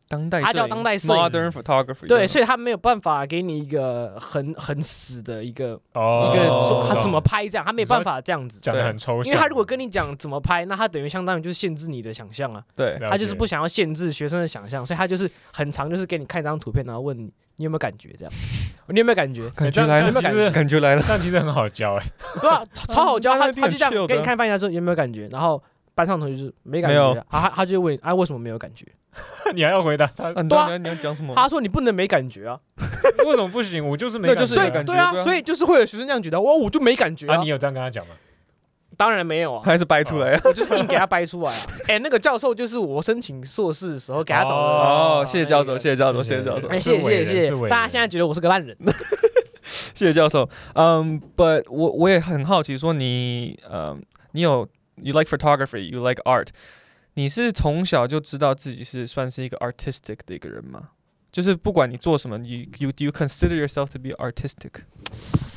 Speaker 1: 当代
Speaker 2: 他叫
Speaker 1: 摄影
Speaker 2: 当代摄影
Speaker 1: modern photography，
Speaker 2: 对，
Speaker 1: 嗯
Speaker 2: 所以他没有办法给你一个很很死的一个、
Speaker 4: 哦
Speaker 2: 一个说
Speaker 1: 哦
Speaker 2: 他怎么拍这样，他没办法这样子。
Speaker 4: 讲的很抽象，
Speaker 2: 因为他如果跟你讲怎么拍，那他等于相当于就是限制你的想象啊，
Speaker 1: 对，
Speaker 4: 了
Speaker 2: 他就是
Speaker 4: 解
Speaker 2: 不想要限制学生的想象，所以他就是很长，就是给你看一张图片，然后问你你有没有感觉这样， 你有没有感 觉？
Speaker 1: 感觉
Speaker 4: 这样
Speaker 1: 来了
Speaker 4: 这样
Speaker 1: 感
Speaker 4: 其
Speaker 1: 觉，
Speaker 4: 实
Speaker 1: 感觉来了，
Speaker 4: 但其实很好教哎，
Speaker 2: 对啊，超超好教，
Speaker 1: 他
Speaker 2: 他
Speaker 1: 那
Speaker 2: 他就这
Speaker 1: 挺 chill
Speaker 2: 样给
Speaker 1: 的
Speaker 2: 你看半下说有没有感觉，然后班上同学就没感
Speaker 1: 没有
Speaker 2: 觉，啊他他就问啊为什么没有感觉？
Speaker 4: 你还要回答 他
Speaker 1: 啊你
Speaker 2: 对啊
Speaker 1: 到底要你要讲什么？
Speaker 2: 他说你不能没感觉啊，
Speaker 4: 为什么不行？我就是没
Speaker 1: 那
Speaker 4: 感
Speaker 1: 就是
Speaker 4: 觉啊，
Speaker 2: 所以
Speaker 1: 没感觉
Speaker 2: 对
Speaker 1: 对
Speaker 2: 啊，
Speaker 1: 啊
Speaker 2: 所以就是会有学生这样觉得，哇我就没感觉
Speaker 4: 啊，
Speaker 2: 啊
Speaker 4: 你，有这样跟他讲 吗？
Speaker 2: 当然没有啊，
Speaker 1: 还是掰出来啊！
Speaker 2: 我就是硬给他掰出来啊。哎，那个教授就是我申请硕士的时候给他找的
Speaker 1: 哦，谢谢教授，谢谢教授，谢
Speaker 4: 谢
Speaker 1: 谢
Speaker 4: 谢
Speaker 1: 教授
Speaker 4: 谢。
Speaker 2: 哎，谢
Speaker 4: 是伟
Speaker 2: 谢谢
Speaker 4: 人
Speaker 2: 谢
Speaker 4: 是伟
Speaker 2: 谢，
Speaker 4: 人
Speaker 2: 大家现在觉得我是个烂人，
Speaker 1: 谢谢教授。嗯、b u t 我我也很好奇，说你，嗯、你有 you like photography, you like art，你是从小就知道自己是算是一个 artistic 的一个人吗？就是不管你做什么，你 you do you consider yourself to be artistic？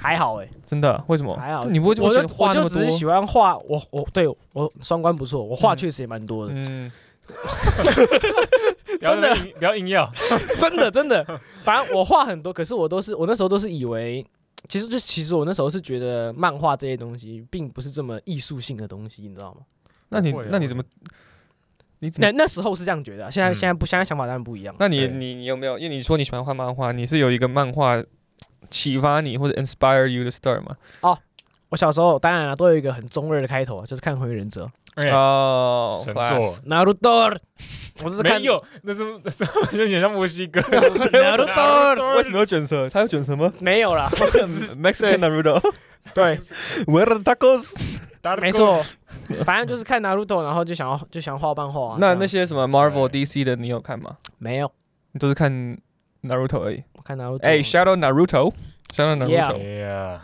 Speaker 2: 还好哎，
Speaker 1: 真的？为什么？
Speaker 2: 还好。
Speaker 1: 你不会
Speaker 2: 我
Speaker 1: 觉
Speaker 2: 就
Speaker 1: 得画
Speaker 2: 我
Speaker 1: 那
Speaker 2: 就
Speaker 1: 么多
Speaker 2: 只是？喜欢画，我我对我双关不错，我画
Speaker 1: 嗯
Speaker 2: 确实也蛮多的，
Speaker 1: 嗯，
Speaker 4: 不要
Speaker 2: 真
Speaker 1: 啊
Speaker 2: 的
Speaker 4: 硬不要硬要，
Speaker 2: 真的真的，反正我画很多，可是我都是我那时候都是以为，其实就其实我那时候是觉得漫画这些东西并不是这么艺术性的东西，你知道吗？
Speaker 1: 那你
Speaker 4: 不会啊
Speaker 1: 那你怎么？你怎
Speaker 2: 那
Speaker 1: 么？
Speaker 2: 那时候是这样觉得啊，现在、
Speaker 4: 嗯
Speaker 2: 现在不现在想法当然不一样。
Speaker 1: 那你
Speaker 4: 对
Speaker 1: 你你有没有？因为你说你喜欢画漫画，你是有一个漫画启发你或者 inspire you to start 吗？
Speaker 2: 我小时候当然了、啊都有一个很中二的开头啊，就是看《火影忍者
Speaker 4: 哎
Speaker 1: 哦，
Speaker 4: 神
Speaker 1: class
Speaker 4: 作。
Speaker 2: Naruto，我 就是看
Speaker 4: 没有，那是那是有点像墨西 哥。
Speaker 1: 为什么有卷舌？他有卷舌 吗
Speaker 2: 没有 啦，
Speaker 1: ？Mexican Naruto，
Speaker 2: 对，
Speaker 1: Where are the tacos？
Speaker 2: 没。错，反正就是看 Naruto，然后就想要就想画漫画啊、
Speaker 1: 那
Speaker 2: 这样
Speaker 1: 那些什么 Marvel、DC 的，你有看吗？
Speaker 2: 没有，
Speaker 1: 你都是看 Naruto 而已。
Speaker 2: 我看 Naruto，
Speaker 1: 哎，shout out Naruto，shout out
Speaker 2: Yeah
Speaker 1: Naruto。
Speaker 4: Yeah，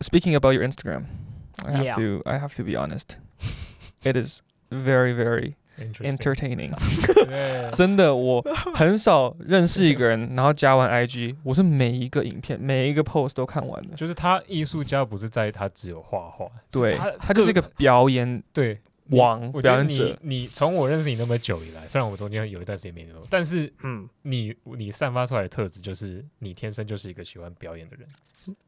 Speaker 1: Speaking about your Instagram, I have
Speaker 2: Yeah.
Speaker 1: to I have to be honest. It is very very
Speaker 4: Interesting.
Speaker 1: entertaining.
Speaker 4: 对
Speaker 1: 真的，我很少认识一个人，然后加完 IG，我是每一个影片、每一个 post 都看完的。
Speaker 4: 就是他艺术家不是在于他只有画画，是
Speaker 1: 对
Speaker 4: 他，
Speaker 1: 他就是一个表演
Speaker 4: 对你
Speaker 1: 王、
Speaker 4: 我
Speaker 1: 表
Speaker 4: 觉得
Speaker 1: 演
Speaker 4: 你
Speaker 1: 者。
Speaker 4: 你从我认识你那么久以来，虽然我中间有一段时间没联络，但是
Speaker 2: 嗯，
Speaker 4: 你你散发出来的特质就是你天生就是一个喜欢表演的人。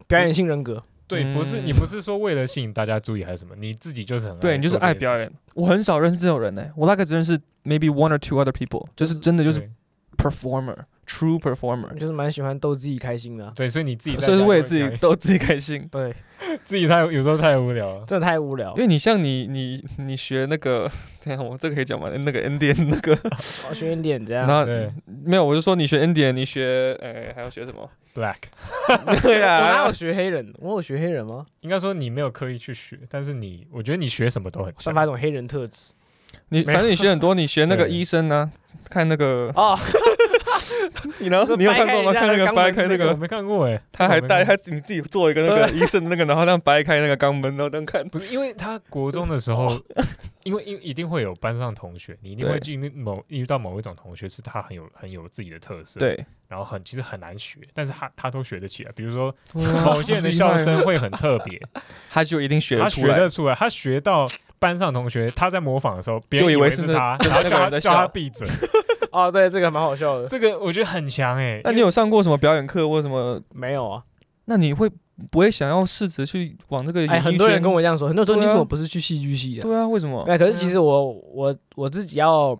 Speaker 2: 表演性人格，
Speaker 4: 对，不是
Speaker 1: 嗯
Speaker 4: 你不是说为了吸引大家注意还是什么，你自己就是很
Speaker 1: 对你就是
Speaker 4: 哎做这
Speaker 1: 爱表
Speaker 4: 件事
Speaker 1: 演。我很少认识这种人呢、我大概只认识 maybe one or two other people，就是真的
Speaker 4: 情，
Speaker 1: 就是
Speaker 4: 对
Speaker 1: performer true
Speaker 2: 我
Speaker 1: performer，
Speaker 2: 就是蛮喜欢逗自己开心的啊、
Speaker 4: 对，所以你自己在
Speaker 1: 所以是
Speaker 4: 家
Speaker 1: 为
Speaker 4: 就
Speaker 1: 自己
Speaker 4: 会
Speaker 1: 逗自己开心。
Speaker 2: 对，
Speaker 4: 自己太有时候太无聊 了。
Speaker 2: 真的太无聊
Speaker 1: 因。为你像你你你学那个， 等一下我这个可以讲吗？那个 N D N 那个，
Speaker 2: 我学一点这
Speaker 1: 然
Speaker 2: 样。
Speaker 1: 后
Speaker 4: 啊对
Speaker 1: 没有，我就说你学 N D N，你学呃还要学什么？
Speaker 4: Black，
Speaker 1: 对啊
Speaker 2: 我哪
Speaker 1: 呀
Speaker 2: 有，学黑人？我有学黑人吗？
Speaker 4: 应该说你没有刻意去学，但是你我觉得你学什么都很像
Speaker 2: 散发一种黑人特质。
Speaker 1: 你
Speaker 4: 没有
Speaker 1: 反正你学很多，你学那个
Speaker 4: 对
Speaker 1: 医生呢、看那个，
Speaker 2: 哦，
Speaker 1: 你呢？
Speaker 2: 说
Speaker 1: 你有
Speaker 2: 掰
Speaker 1: 看
Speaker 2: 开
Speaker 1: 过吗？
Speaker 2: 人家
Speaker 1: 看那
Speaker 2: 的
Speaker 1: 个
Speaker 2: 肛
Speaker 1: 掰
Speaker 2: 门
Speaker 1: 开那
Speaker 4: 那个我
Speaker 1: 个，
Speaker 4: 没看过哎，
Speaker 1: 他还带
Speaker 4: 带
Speaker 1: 他你自己做一个那个医生的那个，然后这样掰开那个肛门，然后这样看。
Speaker 4: 不是因为他国中的时 候，因为因一定会有班上同学，你一定
Speaker 1: 对
Speaker 4: 会进入某遇到某一种同学，是他很有很有自己的特色，，
Speaker 1: 对，
Speaker 4: 然后很其实很难学，但是他他都学得起来。啊比如 说某些人的笑声
Speaker 1: 啊
Speaker 4: 会很特别，
Speaker 1: 他就一定学
Speaker 4: 他
Speaker 1: 得出
Speaker 4: 学
Speaker 1: 来。
Speaker 4: 得出来，他学到班上同学他在模仿的时候，别
Speaker 1: 就
Speaker 4: 人
Speaker 1: 以为
Speaker 4: 为
Speaker 1: 是
Speaker 4: 是
Speaker 1: 那
Speaker 4: 他，
Speaker 1: 就是
Speaker 4: 然
Speaker 1: 那个
Speaker 4: 后叫
Speaker 1: 人
Speaker 4: 他
Speaker 1: 在
Speaker 4: 叫他
Speaker 1: 笑
Speaker 4: 闭嘴，
Speaker 2: 哦，对，这个蛮好笑的。
Speaker 4: 这个我觉得很强哎。
Speaker 1: 那你有上过什么表演课或什么？
Speaker 2: 没有啊，
Speaker 1: 那你会不会想要试着去往这个演艺
Speaker 2: 哎，
Speaker 1: 圈？
Speaker 2: 很多人跟我这样说，很多人说
Speaker 1: 对啊
Speaker 2: 你怎么不是去戏剧系的？
Speaker 1: 对啊，为什 么？
Speaker 2: 哎，可是其实我我我自己要，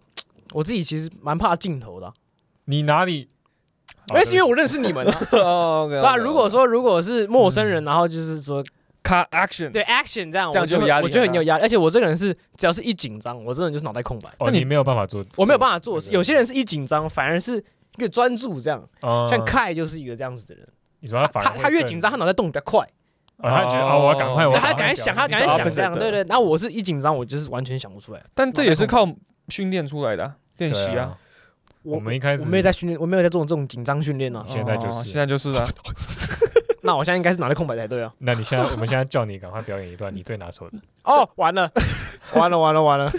Speaker 2: 我自己其实蛮怕镜头的啊，
Speaker 4: 你哪 里？
Speaker 2: 那是因为
Speaker 4: 我
Speaker 2: 我认识你们啊。
Speaker 1: 哦，对
Speaker 2: 那如果说如果是陌生人，然后就是说
Speaker 1: 卡 action，
Speaker 2: 对 action 这样，
Speaker 1: 这样
Speaker 2: 我就
Speaker 1: 就
Speaker 2: 会
Speaker 1: 压力
Speaker 2: 我就
Speaker 1: 很
Speaker 2: 很有压力。而且我这个人是，只要是一紧张，我真的就是脑袋空白，
Speaker 4: 哦，
Speaker 1: 那你
Speaker 4: 你没有办法做，
Speaker 2: 我没有办法做
Speaker 4: 对
Speaker 2: 事。
Speaker 4: 对
Speaker 2: 有些人是一紧张，反而是越专注这样。
Speaker 1: 哦
Speaker 4: 法
Speaker 2: 像凯就是一个这样子的人，
Speaker 4: 你说他嗯反
Speaker 2: 他
Speaker 4: 而
Speaker 2: 他越
Speaker 4: 会
Speaker 2: 紧
Speaker 4: 更
Speaker 2: 张，他脑袋动得比较快。
Speaker 4: 哦，他觉得啊，我要赶快，
Speaker 1: 哦
Speaker 4: 我
Speaker 2: 对
Speaker 4: 要
Speaker 2: 他
Speaker 4: 赶
Speaker 2: 赶快想，他
Speaker 4: 你
Speaker 1: 啊
Speaker 2: 赶快想
Speaker 4: 是 opposite
Speaker 2: 这样，
Speaker 1: 的
Speaker 2: 对对。然后我是一紧张，我就是完全想不出来。
Speaker 1: 但这也是靠训练出来的啊、练习
Speaker 4: 对
Speaker 1: 啊。
Speaker 4: 啊，我们一开始
Speaker 2: 我没有在训练，我没有在做这种紧张训 练啊。
Speaker 4: 现在就是
Speaker 1: 哦现在就是啊，
Speaker 2: 那我现在应该是脑袋空白才对啊。
Speaker 4: 那你现在，我们现在叫你赶快表演一段你最拿手的。
Speaker 2: 哦，完了，完了，完了，完了。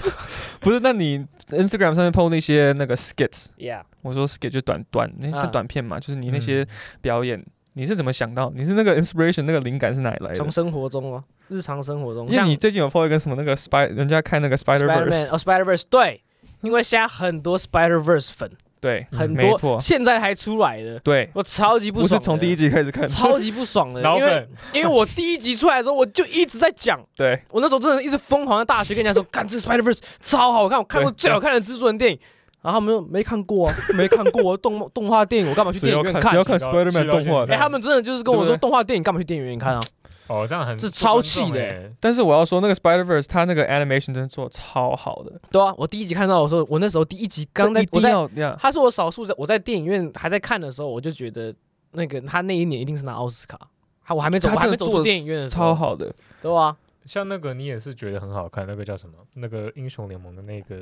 Speaker 1: 不是？那你 Instagram 上面 PO 那些那个 skits，
Speaker 2: Yeah，
Speaker 1: 我说 skit 就短短，那、
Speaker 2: 啊嗯
Speaker 1: 是短片嘛，就是你那
Speaker 4: 嗯
Speaker 1: 些表演，你是怎么想到？你是那个 inspiration 那个灵感是哪里来的
Speaker 2: 从？生活中哦，日常生活中，
Speaker 1: 因为
Speaker 2: 像
Speaker 1: 你最近有 PO 一个什么那个 spy，人家看那个 Spider
Speaker 2: Spider-Man
Speaker 1: Verse，
Speaker 2: 哦，Spider Verse，对，因为现在很多 Spider Verse 粉，
Speaker 1: 对，
Speaker 2: 很
Speaker 1: 没
Speaker 2: 多，
Speaker 1: 错，
Speaker 2: 现在还出来的，
Speaker 1: 对，
Speaker 2: 我超级不
Speaker 1: 不
Speaker 2: 爽的，
Speaker 1: 是从第一集开始看，
Speaker 2: 超级不爽的， 嗯
Speaker 4: 老
Speaker 2: 因为
Speaker 4: 粉，
Speaker 2: 因为我第一集出来的时候，我就一直在讲，
Speaker 1: 对，
Speaker 2: 我那时候真的一直疯狂在大学跟人家说， 干这 Spider Verse 超好看，我看过
Speaker 1: 对
Speaker 2: 最好看的蜘蛛人电影。然后他们说没看过啊， 没看过啊动动画电影，我干嘛去
Speaker 1: 谁
Speaker 2: 电
Speaker 1: 要
Speaker 2: 影
Speaker 1: 看
Speaker 2: 院
Speaker 1: 谁要看
Speaker 4: 谁要
Speaker 1: Spider
Speaker 4: 谁
Speaker 1: Man
Speaker 4: 要
Speaker 1: 动
Speaker 4: 去
Speaker 1: 画
Speaker 2: 哎、
Speaker 1: 的？
Speaker 4: 看
Speaker 2: 他们真的就是跟我
Speaker 1: 对
Speaker 2: 说
Speaker 1: 不对
Speaker 2: 动画电影干嘛去电影院看啊？
Speaker 4: 哦，这样很
Speaker 2: 这超气的
Speaker 4: 不尊重欸
Speaker 1: 但是我要说那个 Spider Verse，它那个 animation 真的做得超好的，
Speaker 2: 对啊，我第一集看到的时候，我那时候第一集刚
Speaker 1: 这
Speaker 2: 在
Speaker 1: 一
Speaker 2: 我
Speaker 1: 定
Speaker 2: 在，
Speaker 1: 要这样，
Speaker 2: 他是我少数在我在电影院还在看的时候，我就觉得那个他那一年一定是拿奥斯卡。他我还没走，
Speaker 1: 他
Speaker 2: 我还
Speaker 1: 真
Speaker 2: 没
Speaker 1: 的
Speaker 2: 走
Speaker 1: 做得
Speaker 2: 出电影院的时候
Speaker 1: 超，好的，
Speaker 2: 对啊，
Speaker 4: 像那个你也是觉得很好看，那个叫什么？那个英雄联盟的那个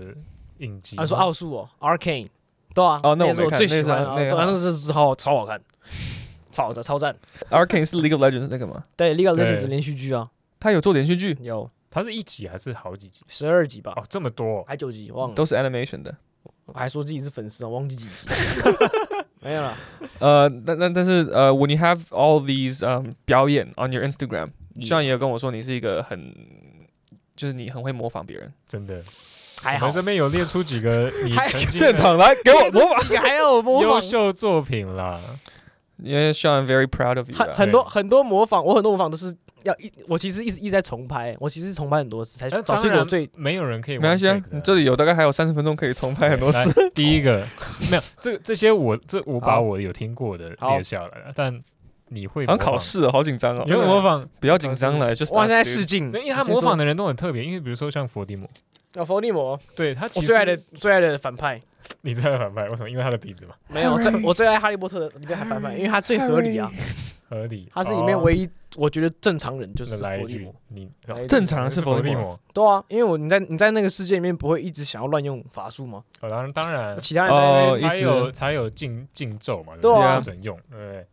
Speaker 4: 影集吗。
Speaker 2: 他说奥数哦，Arcane，对啊，
Speaker 1: 哦那我
Speaker 2: 也是
Speaker 1: 没
Speaker 2: 我
Speaker 1: 看
Speaker 2: 最
Speaker 1: 那
Speaker 2: 喜
Speaker 1: 是
Speaker 2: 欢的，
Speaker 1: 那
Speaker 2: 哦
Speaker 1: 个
Speaker 2: 对啊，那个是超超好看，超的超赞。
Speaker 1: Arcane 是 League of Legends 那个吗？
Speaker 2: 对，《League of
Speaker 4: 对
Speaker 2: Legends》连续剧啊，
Speaker 1: 他有做连续剧，
Speaker 2: 有
Speaker 4: 它是一集还是好几集？
Speaker 2: 十二集吧，
Speaker 4: 哦，这么多哦，
Speaker 2: 还九集忘了，
Speaker 1: 都是 animation 的。
Speaker 2: 我还说自己是粉丝啊，忘记几集，没有了。
Speaker 1: 呃，那那但是呃，when you have all these um 表演 on your Instagram，像也有跟我说你是一个很，就是你很会模仿别人。
Speaker 4: 真的。
Speaker 2: 还
Speaker 4: 我
Speaker 2: 好
Speaker 4: 们这，边有列出几 个你
Speaker 2: 还
Speaker 4: 曾经
Speaker 1: 现场来给我模仿。
Speaker 2: 这个还要我模
Speaker 4: 优
Speaker 2: 仿，
Speaker 4: 秀作品啦。
Speaker 1: 因为 Sean very proud of you
Speaker 2: 很
Speaker 1: 啊。
Speaker 2: 很多很多模仿，我很多模仿都是要一，我其实一直一直在重拍，我其实重拍很多次才
Speaker 4: 那
Speaker 2: 哎找
Speaker 4: 当
Speaker 2: 出一个我
Speaker 4: 然
Speaker 2: 最
Speaker 4: 没有人可以
Speaker 1: 没关
Speaker 4: 完
Speaker 1: 系啊
Speaker 4: take，的
Speaker 1: 你这里有大概还有三十分钟可以重拍很多次。
Speaker 4: 次。第一个 没有，这这些我这我把
Speaker 2: 好
Speaker 4: 我有听过的
Speaker 2: 好
Speaker 4: 列下来了，但你会
Speaker 1: 好像
Speaker 4: 模仿
Speaker 1: 考，试哦好紧张哦
Speaker 4: 你。会模
Speaker 2: 嗯
Speaker 4: 仿？
Speaker 1: 不要紧张了，就是
Speaker 2: 哇，现在试镜
Speaker 4: 没有，因为他
Speaker 1: 你先
Speaker 4: 模仿
Speaker 1: 说
Speaker 4: 的人都很特别，因为比如说像伏地魔，
Speaker 2: 啊，伏地魔，
Speaker 4: 对他
Speaker 2: 我
Speaker 4: 其实
Speaker 2: 最爱的最爱的反派，
Speaker 4: 你在反派为什么？因为他的鼻子嘛，
Speaker 2: 没有我最我最爱哈利波特的里面还反派，因为他最合理啊，
Speaker 4: 合理。
Speaker 2: 他是里面
Speaker 4: 哦
Speaker 2: 唯一我觉得正常人就是
Speaker 4: 那来
Speaker 2: 伏
Speaker 4: 一
Speaker 2: 地
Speaker 4: 句
Speaker 2: 魔，，
Speaker 4: 你哦
Speaker 2: 来一句
Speaker 1: 正常人是
Speaker 4: 伏
Speaker 1: 伏
Speaker 4: 地
Speaker 1: 地
Speaker 4: 魔
Speaker 1: 魔。
Speaker 2: 对啊，因为我你在你在那个世界里面不会一直想要乱用法术吗？
Speaker 4: 哦，当然当然，
Speaker 2: 其他人在那边
Speaker 1: 哦
Speaker 4: 才
Speaker 1: 一直
Speaker 4: 有才有禁禁咒嘛，
Speaker 2: 对
Speaker 4: 不
Speaker 1: 啊
Speaker 4: 不准用，对不对？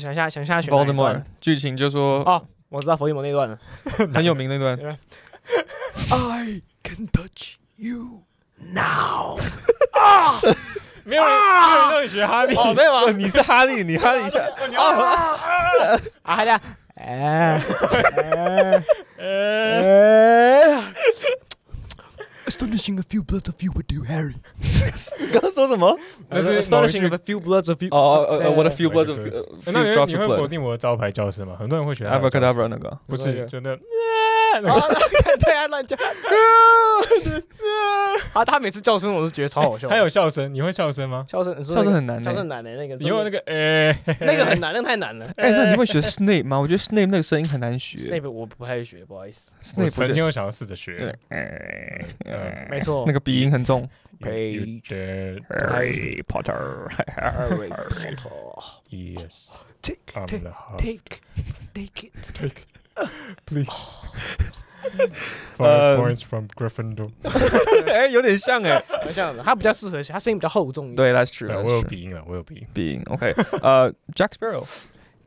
Speaker 2: 想一下想一下选哪一段
Speaker 1: Voldemort 剧情就说
Speaker 2: 哦，我知道伏地魔那段了。
Speaker 1: 很有名那段，
Speaker 2: I can touch you now。
Speaker 4: 没有人没有人让你学哈利，哦
Speaker 2: 哦，啊没有 啊，
Speaker 1: 你是哈利，你哈利一下，
Speaker 2: 啊，还 在。哎，
Speaker 4: 呃
Speaker 2: 哎
Speaker 5: Astonishing a few bloods of you would do, Harry.
Speaker 1: 刚刚说什么？
Speaker 4: 那是某一
Speaker 2: 哎 astonishing
Speaker 4: 句
Speaker 2: of a few bloods of you。哎
Speaker 1: 哦哦哦哦，我的 few
Speaker 4: 某一
Speaker 1: blood
Speaker 4: 句
Speaker 1: of
Speaker 4: 歌词
Speaker 1: uh,
Speaker 4: 哎那你
Speaker 1: few
Speaker 4: 会
Speaker 1: drops
Speaker 4: 你
Speaker 1: of
Speaker 4: 会否
Speaker 1: blood
Speaker 4: 定我的招牌教师吗？很多人会学他的招牌，
Speaker 1: ，Avacadabra 那个。
Speaker 4: 不
Speaker 2: 对
Speaker 4: 是真的。
Speaker 2: 哦，对啊，乱叫。啊，他每次叫声我都觉得超好笑。
Speaker 4: 哎还有笑声，你会笑声吗？
Speaker 2: 笑声，
Speaker 1: 笑声很难
Speaker 2: 笑
Speaker 1: 欸
Speaker 2: 声很难的那个，
Speaker 4: 你会那个呃，
Speaker 2: 那个很难，那个太难了。
Speaker 1: 哎，那你会学 Snape 吗？我觉得 Snape 那个声音很难 学。
Speaker 2: Snape 我不太学，不好意思。
Speaker 1: Snape
Speaker 4: 我
Speaker 1: 不
Speaker 4: 曾
Speaker 1: 是
Speaker 4: 经有想要试着
Speaker 1: 对
Speaker 4: 学，
Speaker 1: 呃
Speaker 2: 嗯没错
Speaker 1: 那，个鼻音很重。
Speaker 4: Page
Speaker 2: Harry
Speaker 1: Potter，
Speaker 2: Harry Potter。
Speaker 4: yes
Speaker 5: Take,
Speaker 1: Um,
Speaker 4: I'm
Speaker 5: take,
Speaker 4: the heart
Speaker 5: take, take it.
Speaker 4: five points from Gryffindor。
Speaker 1: 哎，有点像哎。
Speaker 2: 蛮像的，他比较适合，他声音比较厚重一点。
Speaker 1: 对，That's true
Speaker 4: 对
Speaker 1: that's
Speaker 4: 我有
Speaker 1: true。
Speaker 4: 鼻音了，我有鼻音。
Speaker 1: 鼻音，OK。呃，Jack Sparrow，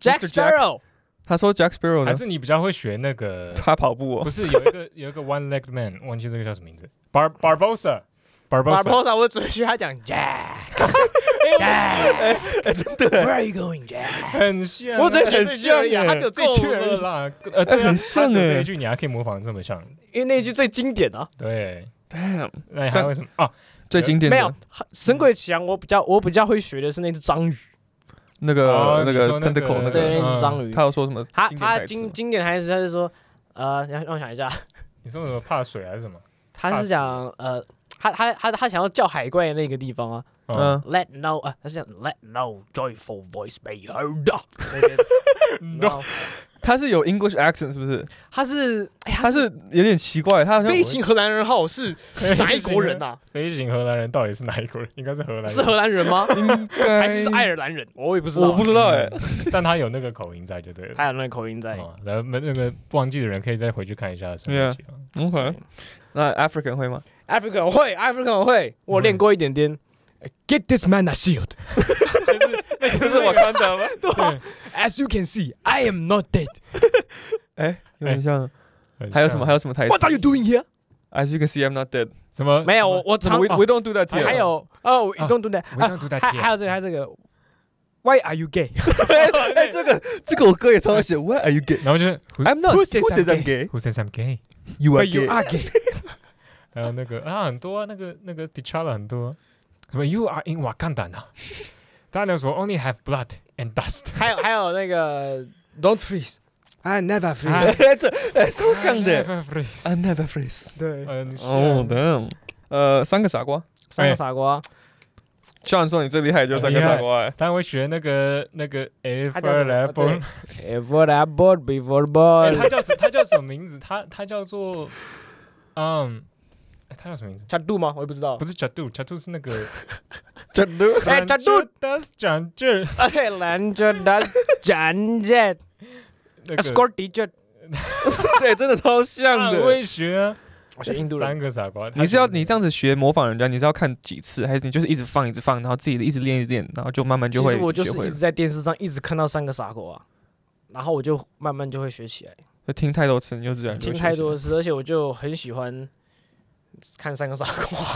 Speaker 2: Jack
Speaker 1: Mr. Jack
Speaker 2: Sparrow，
Speaker 1: 他说 Jack Sparrow
Speaker 4: 还
Speaker 1: 呢，
Speaker 4: 是你比较会学那个？
Speaker 1: 他跑步
Speaker 4: 不
Speaker 1: 哦。
Speaker 4: 是有一个有一个 one legged man，忘记这个叫什么名字，Bar Barbosa。
Speaker 2: 把
Speaker 4: Barbosa，
Speaker 2: 波萨，我只学他讲 Jack。Jack，Where are you going, Jack？
Speaker 4: 很像，
Speaker 2: 我只
Speaker 4: 这
Speaker 2: 是很像耶
Speaker 4: 他只有这一句而已
Speaker 2: 够了
Speaker 4: 啦，呃，对啊，
Speaker 1: 很像
Speaker 4: 他只有这
Speaker 1: 耶
Speaker 4: 一句你还可以模仿这么像，
Speaker 2: 因为那一句最经典啊，
Speaker 4: 对，
Speaker 1: Damn，
Speaker 4: 那你还为什么啊？
Speaker 1: 最经典
Speaker 2: 没有《
Speaker 1: 的
Speaker 2: 神鬼奇航》，我比较我比较会学的是那只章鱼，
Speaker 1: 那个
Speaker 4: 哦你
Speaker 1: 那个
Speaker 4: 说那个
Speaker 1: tentacle 那
Speaker 2: 对，
Speaker 1: 个，
Speaker 2: 那只
Speaker 4: 嗯
Speaker 2: 章鱼。
Speaker 1: 他有说什么？
Speaker 2: 他
Speaker 1: 经典
Speaker 2: 他
Speaker 1: 台词吗
Speaker 2: 经经典台词，他是说，呃，让让我想一下，
Speaker 4: 你说什么怕水还是什么？
Speaker 2: 他是讲呃，他他他他想要叫海怪的那个地方啊
Speaker 4: 嗯，
Speaker 1: 嗯，
Speaker 2: ，Let no 啊，他是讲 Let no joyful voice be heard 那个。然后
Speaker 1: 他是有 English accent 是不是？
Speaker 2: 他是哎，
Speaker 1: 他是有点奇怪，他好像
Speaker 2: 飞行荷兰人号是 哪一国人呐？
Speaker 4: 飞行荷兰人到底是哪一国人？应该是荷兰人，
Speaker 2: 是荷兰人吗？
Speaker 1: 应该
Speaker 2: 还是是爱尔兰人？我也不知道
Speaker 1: 我不
Speaker 2: 啊，
Speaker 1: 知道哎。
Speaker 4: 嗯但他有那个口音在就对了。
Speaker 2: 他有那个口音在。
Speaker 4: 哦，然后那个忘记的人可以再回去看一下。
Speaker 1: 嗯 Yeah OK，那 African 会吗？
Speaker 2: African 我会，African 我会，我练过一点点。Get this man a shield.
Speaker 1: 那就是我看的吗？
Speaker 2: As you can see, I am not dead.
Speaker 1: 哎，有点像。
Speaker 4: 很
Speaker 1: 还有什
Speaker 4: 像
Speaker 1: 么？还有什么台词
Speaker 2: What are you doing here?
Speaker 1: ？As you can see, I'm not dead.
Speaker 4: 什嗯么？
Speaker 2: 没有，我我常
Speaker 1: We we don't do that
Speaker 2: 还
Speaker 1: here.
Speaker 2: 还有哦
Speaker 4: 啊
Speaker 2: ，Don't do that.
Speaker 4: 我一张读在
Speaker 2: 还
Speaker 4: 贴
Speaker 2: 还，有这个，还有这个。Why are you gay?
Speaker 1: 哎，这个这个我哥也超爱写。Where are you gay?
Speaker 4: 然后就是 Who
Speaker 1: I'm not.
Speaker 2: Who says I'm
Speaker 1: I'm gay?
Speaker 4: Who says I'm gay？
Speaker 1: You
Speaker 2: But you are gay.
Speaker 4: 还有那个啊，很多啊，那个那个 T'Challa 很多，啊什么 You are in Wakanda 呢？ 大家说 Only have blood and dust，
Speaker 2: 还有还有那 个 Don't freeze. I never
Speaker 4: 啊
Speaker 2: freeze.
Speaker 1: 这哎超像的。
Speaker 4: Never freeze
Speaker 1: I'm never freeze.
Speaker 2: 对，
Speaker 4: 嗯，
Speaker 1: 哦、
Speaker 4: 的，
Speaker 1: damn。呃，三个傻瓜。
Speaker 2: 三个
Speaker 4: 哎
Speaker 2: 傻瓜，
Speaker 1: John 说你最厉害就是三个傻瓜、哎。
Speaker 4: 当然会学那个那个
Speaker 2: 他叫什么哦
Speaker 4: Ever l
Speaker 2: 对 Ever I bought before born.
Speaker 4: 哎他叫什他叫什么名字？他他叫做嗯，哎他叫什么名字？
Speaker 2: 加度吗？我也不知道
Speaker 4: 不。是 Jadu，Jadu 是那个
Speaker 1: 真的？
Speaker 2: 哎，Jadoo
Speaker 4: ，Jadu 讲这
Speaker 2: 而且拦着的站着
Speaker 4: 那个
Speaker 2: ，score 的确，
Speaker 1: 对，真的超像
Speaker 4: 当然
Speaker 1: 的。
Speaker 4: 会学啊，
Speaker 2: 我是印度人
Speaker 4: 三。个傻瓜，
Speaker 1: 你是要你这
Speaker 4: 样
Speaker 1: 样子学模仿人家，你是要看几次，还是你就是一直放一直放，然后自己一直练一直练，然后就慢慢
Speaker 2: 其
Speaker 1: 就会
Speaker 2: 实我就
Speaker 1: 学
Speaker 2: 是
Speaker 1: 会
Speaker 2: 一
Speaker 1: 了
Speaker 2: 直？在电视上一直看到三个傻瓜，然后我就慢慢就会学起来。
Speaker 1: 就听太多次你就自然就
Speaker 2: 听
Speaker 1: 会
Speaker 2: 太
Speaker 1: 学起来
Speaker 2: 多次，而且我就很喜欢看三个傻瓜。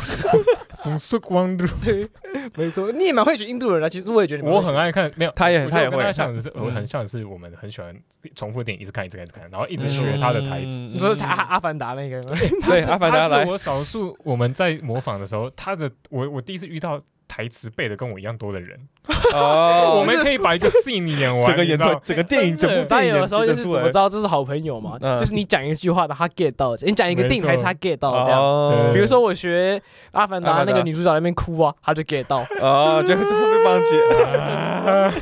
Speaker 4: 风速光度，
Speaker 2: 对，没错，你也蛮会学印度人的。其实我也觉得你蛮
Speaker 4: 我
Speaker 2: 会学
Speaker 4: 很爱看，没有，
Speaker 1: 他也
Speaker 4: 我觉
Speaker 1: 他
Speaker 4: 得
Speaker 1: 也
Speaker 4: 我跟
Speaker 1: 会
Speaker 4: 他像的是，
Speaker 1: 嗯
Speaker 4: 我很像的是我们很喜欢重复的电影，一直看，一直看，一直看，然后
Speaker 1: 嗯
Speaker 4: 一直学他的台词。
Speaker 2: 你说是阿阿凡达那个吗？
Speaker 1: 对，嗯阿凡达
Speaker 4: 他
Speaker 1: 来
Speaker 4: 是，我少数我们在模仿的时候，他的我我第一次遇到台词背的跟我一样多的人，
Speaker 1: 哦
Speaker 4: 我们可以把一个 scene 演完，
Speaker 1: 整个
Speaker 4: 你知
Speaker 1: 演
Speaker 4: 道
Speaker 1: 出，整个电影，整部
Speaker 2: 但
Speaker 1: 电影
Speaker 2: 有的时候就是
Speaker 1: 演
Speaker 2: 怎
Speaker 1: 出
Speaker 2: 么
Speaker 1: 来
Speaker 2: 知道这是好朋友嘛？
Speaker 1: 嗯
Speaker 2: 就是你讲一句话，他 get 到；你讲一个电影台词，他 get 到这样。
Speaker 1: 哦
Speaker 2: 比如说我学《阿凡达
Speaker 1: 阿》凡达
Speaker 2: 那个女主角在那边哭啊，她就 get 到 I
Speaker 1: 哦，就就会被放弃。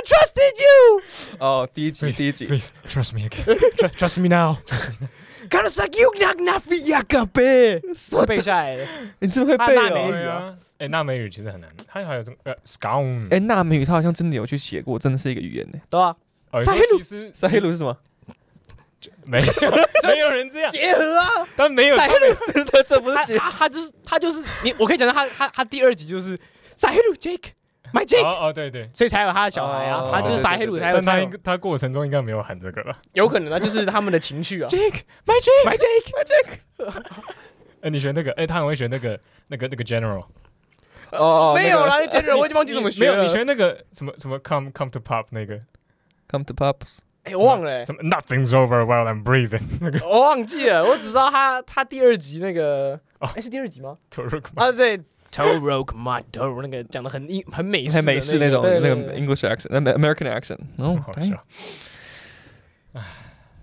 Speaker 2: trusted you,
Speaker 1: 哦，第一 集第一集
Speaker 4: Please trust me again，
Speaker 2: trust me now. Gotta suck you, knock knock, ya g a b 背下来了，
Speaker 1: 你真的会背
Speaker 2: 他纳美
Speaker 1: 哦。
Speaker 2: 语
Speaker 4: 对啊，哎，纳美语其实很难，它还有这种呃 scown，
Speaker 1: 哎，纳美语它好像真的有去写过，真的是一个语言呢。
Speaker 2: 对吧？
Speaker 4: 哎，
Speaker 2: 塞鲁
Speaker 4: 其实
Speaker 1: 塞黑鲁是什么？
Speaker 4: 没有没有人这样，
Speaker 2: 结合啊，
Speaker 4: 但没有
Speaker 2: 塞
Speaker 4: 他
Speaker 2: 黑路，
Speaker 1: 这这不是
Speaker 2: 他
Speaker 1: 结
Speaker 2: 他他就是他就是你，我可以讲到他他他第二集就是塞黑路 Jake，my Jake，
Speaker 4: 哦哦对对，
Speaker 2: 所以才有他的小孩啊
Speaker 1: 哦，
Speaker 2: 他就是
Speaker 1: 对
Speaker 2: 塞
Speaker 1: 对
Speaker 2: 黑路
Speaker 1: 对
Speaker 2: 才有
Speaker 4: 但
Speaker 2: 他
Speaker 4: 他
Speaker 2: 有
Speaker 4: 应，他过程中应该没有喊这个了。
Speaker 2: 有可能啊，就是他们的情绪啊。
Speaker 4: Jake，My Jake，My Jake，My Jake。哎，你学那个，哎，他很会学那个那个那个 General，
Speaker 1: 哦，
Speaker 2: 没有
Speaker 1: 了。
Speaker 2: 啦，真啊人我已经忘记怎么
Speaker 4: 没
Speaker 2: 学
Speaker 4: 有，
Speaker 2: 了
Speaker 4: 你，学那个什么什么 Come Come to Pop 那个
Speaker 1: Come to pop，
Speaker 2: 哎，我忘了欸。
Speaker 4: 什么 Nothing's over while I'm breathing，
Speaker 2: 我忘记了，我只知道他他第二集那个，哎、
Speaker 4: 哦
Speaker 2: 是第二集吗？
Speaker 4: t o r u k
Speaker 2: 啊，对 t o r o k m a d o 那个讲的很英很美式的
Speaker 1: 很美式那种
Speaker 2: 对
Speaker 1: 那
Speaker 2: 对
Speaker 1: 个
Speaker 2: 对
Speaker 1: English accent，那 American accent。哦
Speaker 4: 嗯好，
Speaker 1: damn
Speaker 4: 笑。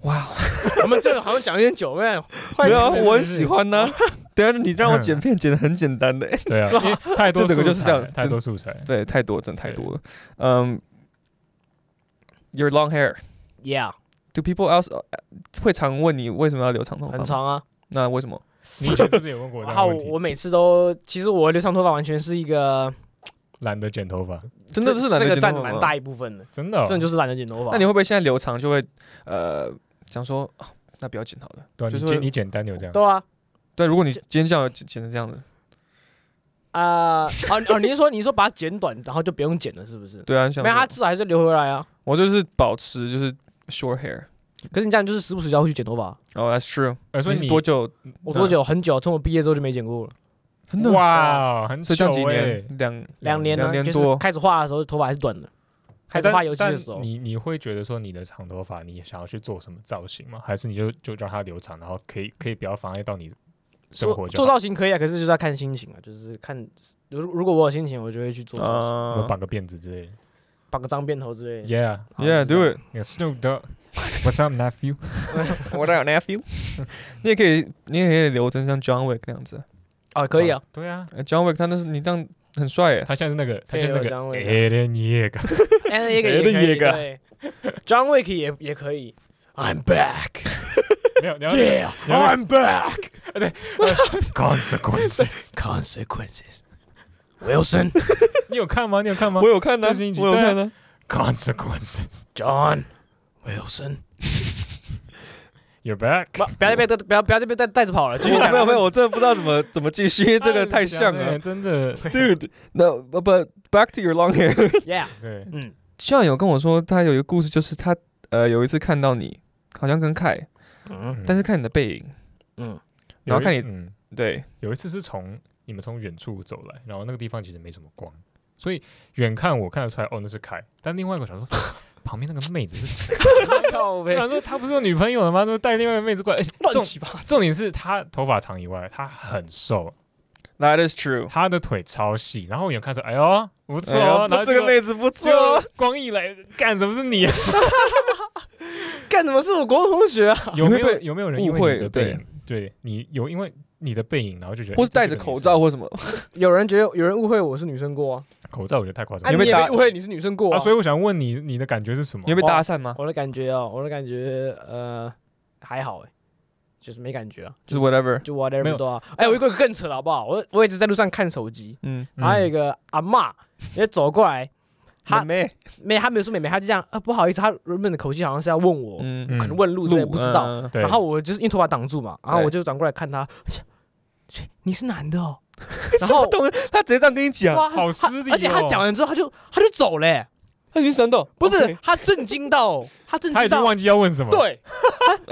Speaker 1: 哇，
Speaker 2: 我们这个好像讲有点久，没有换
Speaker 1: 没有啊，
Speaker 2: 成
Speaker 1: 我很喜欢 呢。等一下啊你让我剪片剪的很简单的，
Speaker 4: 对啊，因为太多
Speaker 1: 这整个
Speaker 4: 素
Speaker 1: 就是这样
Speaker 4: 材了太多素材。
Speaker 1: 对，太多，真的太多了。嗯，Your long hair。
Speaker 2: Yeah，
Speaker 1: Do people else 呃会常问你为什么要留长头发？
Speaker 2: 很。长啊。
Speaker 1: 那为什么？
Speaker 4: 你以前是不是有问过我这
Speaker 2: 然
Speaker 4: 样
Speaker 2: 后
Speaker 4: 的问题
Speaker 2: 我？每次都，其实我留长头发完全是一个，
Speaker 4: 懒得剪头发，
Speaker 1: 真的
Speaker 2: 这
Speaker 1: 不是懒
Speaker 2: 这
Speaker 1: 得
Speaker 2: 个
Speaker 1: 剪
Speaker 2: 占
Speaker 1: 头发
Speaker 2: 蛮
Speaker 1: 吗
Speaker 2: 大一部分的，
Speaker 4: 真的哦。
Speaker 2: 真的就是懒得剪头发。
Speaker 1: 那你会不会现在留长就会呃想说、啊那不要剪好了？
Speaker 4: 对啊，
Speaker 1: 就
Speaker 4: 你
Speaker 1: 是
Speaker 4: 剪
Speaker 1: 会
Speaker 4: 你剪单有这样。
Speaker 2: 对啊。
Speaker 1: 对，如果你今天这样剪剪成这样子，
Speaker 2: 啊、哦哦，你是说你是说把它剪短，然后就不用剪了，是不是？
Speaker 1: 对啊，像
Speaker 2: 没有，它至少还是留回来啊。
Speaker 1: 我就是保持就是 short hair。
Speaker 2: 可是你这样就是时不时就要去剪头发。
Speaker 1: 哦、t h a t s true。
Speaker 4: 哎，所以
Speaker 1: 你
Speaker 4: 你
Speaker 1: 是多久？
Speaker 2: 我
Speaker 1: 那
Speaker 2: 多久？很久，从我毕业之后就没剪过了。
Speaker 1: 真的？
Speaker 4: 哇，很
Speaker 1: 所以这
Speaker 4: 久
Speaker 1: 样几
Speaker 4: 哎。
Speaker 1: 年？两
Speaker 2: 两年呢，
Speaker 1: 两年
Speaker 2: 就是
Speaker 1: 多。
Speaker 2: 开始画的时候头发还是短的，开始
Speaker 4: 但
Speaker 2: 画游戏
Speaker 4: 但
Speaker 2: 的时候，
Speaker 4: 你你会觉得说你的长头发，你想要去做什么造型吗？还是你就就让它留长，然后可以可以不要妨碍到你生活
Speaker 2: 做
Speaker 4: 就
Speaker 2: 做
Speaker 4: 好？
Speaker 2: 造型可以啊，可是就是要看心情啊，就是看如如果我有心情，我就会去做造型，
Speaker 1: 啊
Speaker 4: 我绑个辫子之类的。
Speaker 2: 绑个脏辫头之类的。
Speaker 4: Yeah,
Speaker 2: 好像
Speaker 1: Yeah,
Speaker 2: 是这
Speaker 1: do
Speaker 2: 样
Speaker 1: it.
Speaker 4: yeah, Snoop Dogg. What's up, nephew? 啊
Speaker 1: What are nephew？你也可以，你也可以留真像 John Wick 那样子。
Speaker 2: 哦，可以 啊，
Speaker 4: 对啊，
Speaker 1: 呃 John Wick 他那是你这样很帅欸耶。
Speaker 4: 他现在是那个，
Speaker 2: 可
Speaker 4: 他
Speaker 2: 以
Speaker 4: 现在那
Speaker 2: 有
Speaker 4: 个
Speaker 2: 张伟啊
Speaker 4: Aaron Yeager，
Speaker 2: 哎，一个也
Speaker 4: Alan
Speaker 2: 可以，
Speaker 4: Yeager
Speaker 2: 对，John Wick 也也可以。
Speaker 5: I'm back.
Speaker 4: 没有，然后
Speaker 5: Yeah, I'm back.
Speaker 1: uh,
Speaker 4: consequences，
Speaker 5: Consequences. Wilson,
Speaker 4: 你有看吗？你有看吗
Speaker 1: 我有看呢、啊
Speaker 4: 最新一集
Speaker 1: 我有看呢、
Speaker 4: ？consequences，
Speaker 5: John, Wilson.
Speaker 4: You're back。
Speaker 2: 不，不要再被带，不要不要再被带带着跑了，继
Speaker 1: 没
Speaker 2: 续
Speaker 4: 啊
Speaker 1: 有
Speaker 2: 讲
Speaker 1: 没。有没有，我真的不知道怎么怎么继 续，这个太像了
Speaker 4: 真的。
Speaker 1: ，dude。No, but back to your long hair。
Speaker 2: Yeah，
Speaker 4: 对，
Speaker 2: 嗯，
Speaker 1: 像有跟我说，他有一个故事，就是他呃有一次看到你，好像跟凯，
Speaker 2: 嗯
Speaker 1: 但是看你的背影，
Speaker 2: 嗯，
Speaker 1: 然后看你
Speaker 4: 有一嗯，
Speaker 1: 对，
Speaker 4: 有一次是从你们从远处走来，然后那个地方其实没什么光，所以远看我看得出来，哦，那是凯。但另外一 个想说，旁边那个妹子是谁？
Speaker 2: 靠
Speaker 4: 我
Speaker 2: 呗，
Speaker 4: 想说她不是有女朋友了吗？怎么带另外一个妹子过来？哎，
Speaker 3: 乱
Speaker 4: 重
Speaker 3: 七八糟。
Speaker 4: 重点是她头发长以外，她很瘦，
Speaker 1: That is true。
Speaker 4: 她的腿超细。然后我远看说，哎呦，不错
Speaker 1: 哎
Speaker 4: 哦，
Speaker 1: 呦
Speaker 4: 然后
Speaker 1: 这个
Speaker 4: 妹
Speaker 1: 妹子不
Speaker 4: 就
Speaker 1: 错哦，
Speaker 4: 光一来，干怎么是你？啊？
Speaker 2: 干什么是我国文同学啊？
Speaker 4: 有没
Speaker 1: 你会
Speaker 4: 有
Speaker 1: 被
Speaker 4: 有没有人因
Speaker 1: 误
Speaker 4: 为
Speaker 1: 会
Speaker 4: 你的背影，对你有因为你的背影，然后就觉得
Speaker 1: 或
Speaker 4: 哎
Speaker 1: 是
Speaker 4: 这个
Speaker 1: 戴着
Speaker 4: 女
Speaker 1: 口
Speaker 4: 生
Speaker 1: 罩或什么。
Speaker 2: 有人觉得有人误会我是女生过啊，
Speaker 4: 口罩我觉得太夸张
Speaker 2: 啊，
Speaker 1: 有
Speaker 4: 了。
Speaker 1: 没
Speaker 2: 你
Speaker 1: 有
Speaker 2: 也
Speaker 1: 打
Speaker 2: 被误会你是女生过
Speaker 4: 啊，
Speaker 2: 啊。
Speaker 4: 所以我想问你，你的感觉是什么
Speaker 1: 你？会被搭讪吗？
Speaker 2: 我的感觉哦，我的感觉呃还好哎，就是没感觉啊，
Speaker 1: 就是 whatever。
Speaker 2: 就
Speaker 4: 没
Speaker 2: whatever
Speaker 4: 有
Speaker 2: 都啊。哎，我一个更扯的好不好？我我一直在路上看手机，
Speaker 1: 嗯，
Speaker 4: 嗯
Speaker 2: 然后有一个阿嬷也走过来，她
Speaker 1: 妹，
Speaker 2: 没她没有说妹妹，她就这样啊不好意思，她原本的口气好像是要问我，
Speaker 1: 嗯，
Speaker 2: 可能问路之类不知道。
Speaker 1: 嗯
Speaker 4: 对，
Speaker 2: 然后我就是因为头发挡住嘛，然后
Speaker 1: 对
Speaker 2: 我就转过来看她，所以你是男的哦。
Speaker 1: 什
Speaker 2: 然
Speaker 1: 么
Speaker 2: 后
Speaker 1: 东西？他直接这样跟你讲，
Speaker 2: 哇，
Speaker 4: 好失礼哦
Speaker 2: 而且他讲完之后，他就他就走嘞、
Speaker 1: 他已经闪抖，
Speaker 2: 不是
Speaker 1: OK，
Speaker 2: 他震惊到，他震
Speaker 4: 他
Speaker 2: 惊
Speaker 4: 已经
Speaker 2: 到，
Speaker 4: 忘记要问什么。，哎
Speaker 2: 对，啊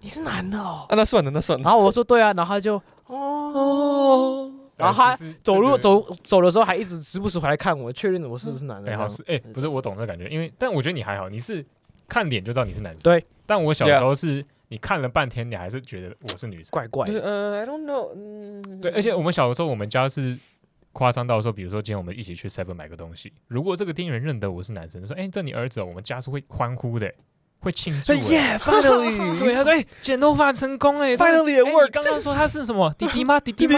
Speaker 2: 你是男的哦。
Speaker 1: 啊，那算了，那算了。
Speaker 2: 然后我说对啊，然后他就哦，然后
Speaker 1: 哎
Speaker 2: 他走路。走走的时候还一直时不时回来看我，确认我是不是男的。
Speaker 4: 哎，好
Speaker 2: 这样
Speaker 4: 是哎，不是我懂那感觉，因为但我觉得你还好，你是看脸就知道你是男生。
Speaker 2: 对，
Speaker 4: 但我小时候是你看了半天，你还是觉得我是女生。
Speaker 2: 怪怪
Speaker 1: 就是
Speaker 2: 的，
Speaker 1: 呃，I don't know，嗯，
Speaker 4: 对，而且我们小的时候，我们家是夸张到说，比如说今天我们一起去 Seven 买个东西，如果这个店员认得我是男生，就说：“哎，这你儿子哦。”我们家是会欢呼的，会庆祝
Speaker 1: 哎
Speaker 4: 的。
Speaker 1: ，Yeah，finally，
Speaker 4: 对，他说：“哎，剪头发成功哎
Speaker 1: ，finally it
Speaker 4: 哎
Speaker 1: worked，
Speaker 4: 你刚刚说他是什么弟弟吗？弟弟吗？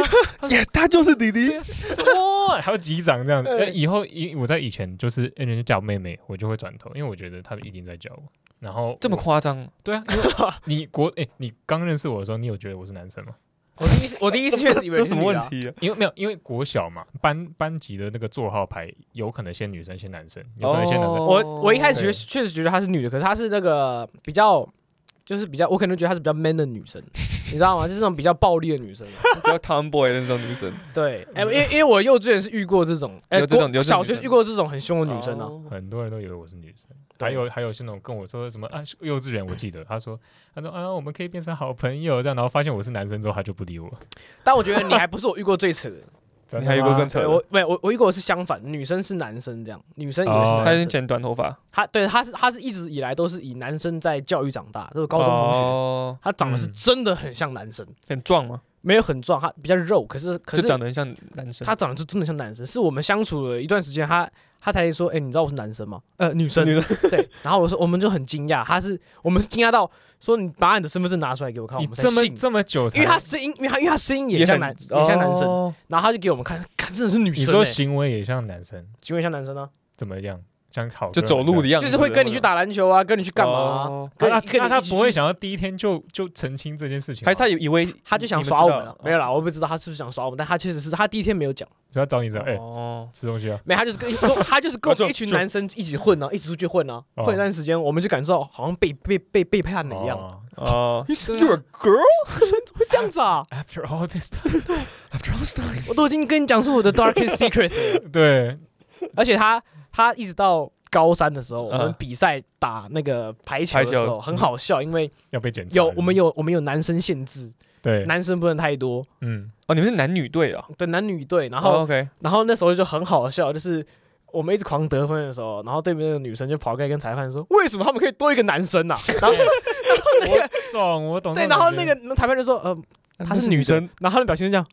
Speaker 1: 耶，他就是弟弟
Speaker 4: 对，哇，还有几掌这样子。哎
Speaker 2: 对
Speaker 4: 以后以我在以前就是，哎人家叫我妹妹，我就会转头，因为我觉得他们一定在叫我。然后
Speaker 1: 这么
Speaker 4: 我
Speaker 1: 夸张？
Speaker 4: 对啊？因为你国哎，你刚认识我的时候，你有觉得我是男生吗？
Speaker 1: 嗯
Speaker 2: 我第一次我第一次确实以为
Speaker 1: 这
Speaker 2: 是
Speaker 1: 什
Speaker 2: 女
Speaker 1: 么
Speaker 2: 的
Speaker 1: 问
Speaker 2: 啊？
Speaker 1: 题啊？
Speaker 4: 因为没有，因为国小嘛，班班级的那个座号牌有可能先女生先男生，有可能先男生。
Speaker 1: 哦
Speaker 2: 我我一开始觉
Speaker 4: 对
Speaker 2: 得确实觉得她是女的，可是她是那个比较，就是比较，我可能觉得她是比较 man 的女 生，你知道吗？就是那种比较暴力的女生。
Speaker 1: 比较 tomboy 的那种女生，
Speaker 2: 对，哎、因为因为我幼稚园是遇过这种，哎、
Speaker 1: 嗯有这种
Speaker 2: 国
Speaker 1: 有这种
Speaker 2: 小
Speaker 1: 女
Speaker 2: 学
Speaker 1: 生
Speaker 2: 遇过这种很凶的女生啊。
Speaker 1: 哦
Speaker 4: 很多人都以为我是女生，
Speaker 2: 对
Speaker 4: 还有还有是那种跟我说什么啊，幼稚园我记得 他说他说啊，我们可以变成好朋友这样，然后发现我是男生之后他就不理我。
Speaker 2: 但我觉得你还不是我遇过最扯的，
Speaker 4: 真的
Speaker 1: 你还有一个
Speaker 4: 吗
Speaker 1: 更扯
Speaker 2: 对
Speaker 1: 的，
Speaker 2: 哎
Speaker 1: 哦
Speaker 2: 我没有我我遇过是相反，女生是男生这样，女生以为是
Speaker 4: 哦
Speaker 1: 他已
Speaker 2: 男
Speaker 1: 经
Speaker 2: 生，
Speaker 1: 剪短头发，
Speaker 2: 她对她是她是一直以来都是以男生在教育长大，就是高中同学，
Speaker 1: 学，
Speaker 2: 她长得是
Speaker 4: 嗯
Speaker 2: 真的很像男生，
Speaker 1: 哦很壮嘛，
Speaker 2: 没有很壮，她比较肉，可是可
Speaker 1: 就是长得很像男生。
Speaker 2: 她长得是真的像男生，是我们相处了一段时间，她她才说，哎、你知道我是男生吗？ 呃，女生，
Speaker 1: 女
Speaker 2: 对，然后我说我们就很惊讶，她是我们是惊讶到说你把你的身份证拿出来给我看，我
Speaker 4: 你
Speaker 2: 们才
Speaker 4: 这么
Speaker 2: 信
Speaker 4: 这么久才，
Speaker 2: 因为他声音，因为他因为他声音也
Speaker 1: 也
Speaker 2: 像
Speaker 1: 很
Speaker 2: 男，也像男生，
Speaker 1: 哦
Speaker 2: 然后他就给我们看，看真的是女
Speaker 4: 你
Speaker 2: 生、欸。
Speaker 4: 说行为也像男生，
Speaker 2: 请问像男生呢、
Speaker 4: 怎么样？像好
Speaker 1: 就走路的样
Speaker 2: 就
Speaker 1: 子，
Speaker 2: 是会跟你去打篮球啊，跟你去干嘛啊、
Speaker 1: 哦
Speaker 2: 跟
Speaker 4: 样。
Speaker 2: 你
Speaker 4: 那
Speaker 2: 跟
Speaker 4: 那
Speaker 2: 你
Speaker 4: 他
Speaker 2: 一起
Speaker 4: 不会
Speaker 2: 去
Speaker 4: 想要第一天就就澄清这件事情吗，
Speaker 1: 还是他以以为
Speaker 2: 他就想
Speaker 1: 你
Speaker 2: 耍我们
Speaker 1: 知
Speaker 2: 了
Speaker 1: 道，哦
Speaker 2: 没有啦，我不知道他是不是想耍我们，但他确实是他第一天没有讲，
Speaker 4: 只要找你这样，哎，
Speaker 1: 哦，
Speaker 4: 吃东西啊，
Speaker 2: 没他就是跟 跟他就是跟
Speaker 1: 啊
Speaker 2: 我
Speaker 1: 就
Speaker 2: 们一群男生一起混啊，一起出去混啊，
Speaker 4: 哦
Speaker 2: 混一段时间，我们就感受到好像被被被背叛了一样。
Speaker 4: 哦
Speaker 1: 哦
Speaker 2: 对啊
Speaker 1: You're a girl
Speaker 2: 会这样子啊？
Speaker 4: After all this time，
Speaker 1: after all this time。
Speaker 2: 我都已经跟你讲出我的 darkest secret，了
Speaker 4: 对，
Speaker 2: 而且他他一直到高三的时候，我
Speaker 1: 嗯
Speaker 2: 们比赛打那个排球的
Speaker 1: 排
Speaker 2: 时
Speaker 1: 球嗯
Speaker 2: 候很好笑，因为
Speaker 4: 要被检查。
Speaker 2: 有我们有我们有男生限制，
Speaker 4: 对，
Speaker 2: 男生不能太多，
Speaker 4: 嗯，
Speaker 1: 哦，你们是男女队啊？
Speaker 2: 对男女队。然后、
Speaker 1: 哦 OK，
Speaker 2: 然后那时候就很好笑，就是我们一直狂得分的时候，然后对面那个女生就跑过来跟裁判说：“为什么他们可以多一个男生呐、 啊？”然后
Speaker 4: 我懂，我懂。
Speaker 2: 对，然后那个那裁判就说：“呃，她 是女生。”，然后他的表情就这样，